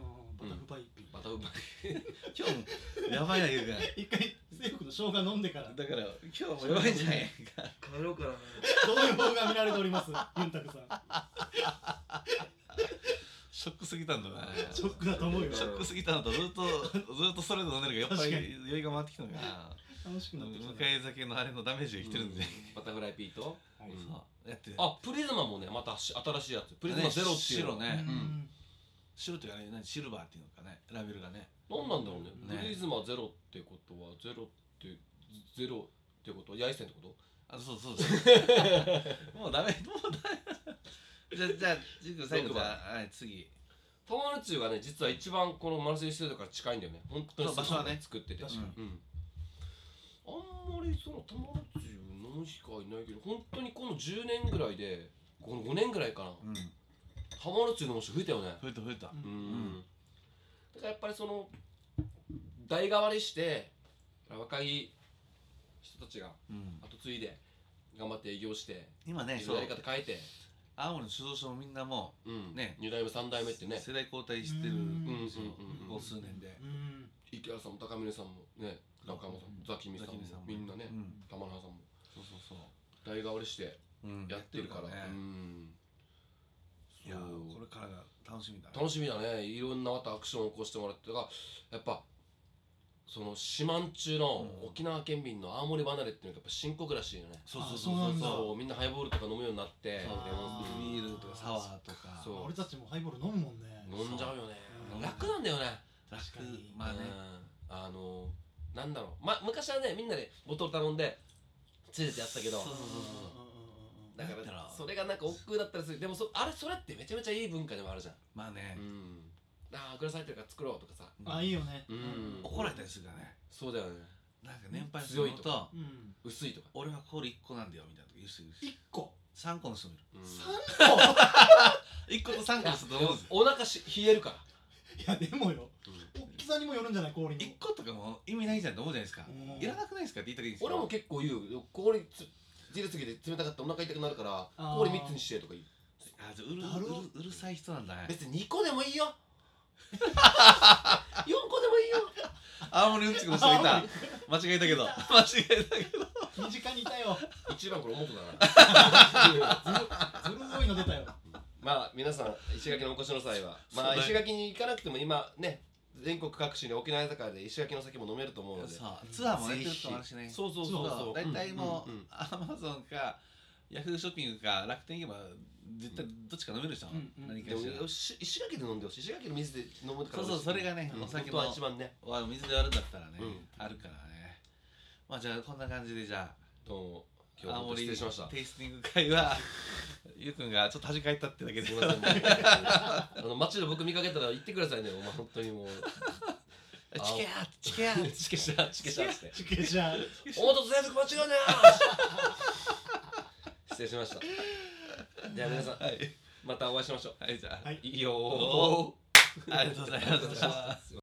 んうんバタフライピー、バタフライ今日もやばいな言うか一回西国の生姜飲んでかららだから今日もやばいんじゃないか帰ろうかなどういう方が見られており ますユンタクさんショックすぎたんだなショックだと思うよショックすぎたのとずっ とずっとそれで飲んでるからやっぱ確り酔いが回ってきたのかな楽しくなってきた向ねかい酒のあれのダメージが来てるんで、バタフライピーとはいうんそうやってあプリズマもねまたし新しいやつプリズマゼロっていうの白ね、うん白というかね何シルバーっていうのかねラベルがね何なんだろうねねプリズマゼロってことはゼロってゼロってことは八重線ってことあそうそうそう もうダメもうダメじゃあじゃあジュン君最後六じ番ゃあはい次タワール中がね実は一番このマルセイユステードから近いんだよね本当にそう場所はねすぐ作ってて確かにうんあんまりそのタワール中飲むしかいないけど本当にこの10年ぐらいでこの5年ぐらいかなうんタワール中のむ人増えたよね増えた増えたうんうんだからやっぱりその代替わりして若い人たちがうん後継いで頑張って営業して今ね自そ分うのやり方変えて青森の酒造所もみんなもうんね2代目3代目ってね世代交代してるうんうんそううんうんここ数年でうん池原さんも高峰さんもね中山さんもザキミさんもザキミさんもみんなねうん玉原さんもそうそうそ代替わりしてううんやってるからやってうねんいやーこそうれからが楽しみだね楽しみだねいろんなまたアクションを起こしてもらってだからやっぱその島ん中のうん沖縄県民の青森離れっていうのがやっぱ深刻らしいよねそうあそうそそううなそんうだそそうみんなハイボールとか飲むようになってレうモンあービールとかサワーとかそう俺たちもハイボール飲むもんね飲んじゃうよねうん楽なんだよね確かにまあねうんあのなんだろうま昔はねみんなでボトル頼んでついてやってたけどそうそうそうそうだかだったららそれがなんか億劫だったりするでもそあれそれってめちゃめちゃいい文化でもあるじゃんまあねうんああグラス入ってるから作ろうとかさうんあいいよねうん怒られたりするからねそうだよねなんか年配す強るいととうん薄いとか俺はコール1個なんだよみたいなこと言う人いる一個3個の人もいるうん三個1個と3個の人と思うんですよお腹し冷えるからいやでもようん大きさにもよるんじゃない氷の1個とかも意味ないじゃんって思うじゃないですかうんいらなくないですかって言ったらいいんですよ俺も結構言うよ氷つじるすぎて冷たかったらお腹痛くなるからあー氷3つにしてとか言うあじゃあうるだろうるうるさい人なんだね別に2個でもいいよ4個でもいいよ青森うんちくの人いた間違えたけど間違えたけど身近にいたよ一番これ重くだなずるごいの出たよまあ皆さん石垣のお越しの際はそうまだあね石垣に行かなくても今ね全国各地に沖縄居酒屋で石垣の酒も飲めると思うのでそうツアーもやってると思うしねそうそうそうそう大体もううんうんうんアマゾンかヤフーショッピングか楽天行けば絶対どっちか飲めるじゃうんんうん何かでもしらし石垣で飲んでほしい石垣の水で飲むからそうそうそれがねうんお酒本当のは一番ねわ水で割るんだったらねうんあるからねまあじゃあこんな感じでじゃあどうも今日は青本当森失礼しましたテイスティング会 はゆうくんがちょっと恥かいたってだけですいませんあの街で僕見かけたら言ってくださいねお前本当にもう あチケアチケアチケシャチケシャってちけちゃん大戸全部間違うなよ 失礼しましたじゃあ皆さんはいまたお会いしましょはいじゃあはいいいよーおーありがとうございますありがとうございます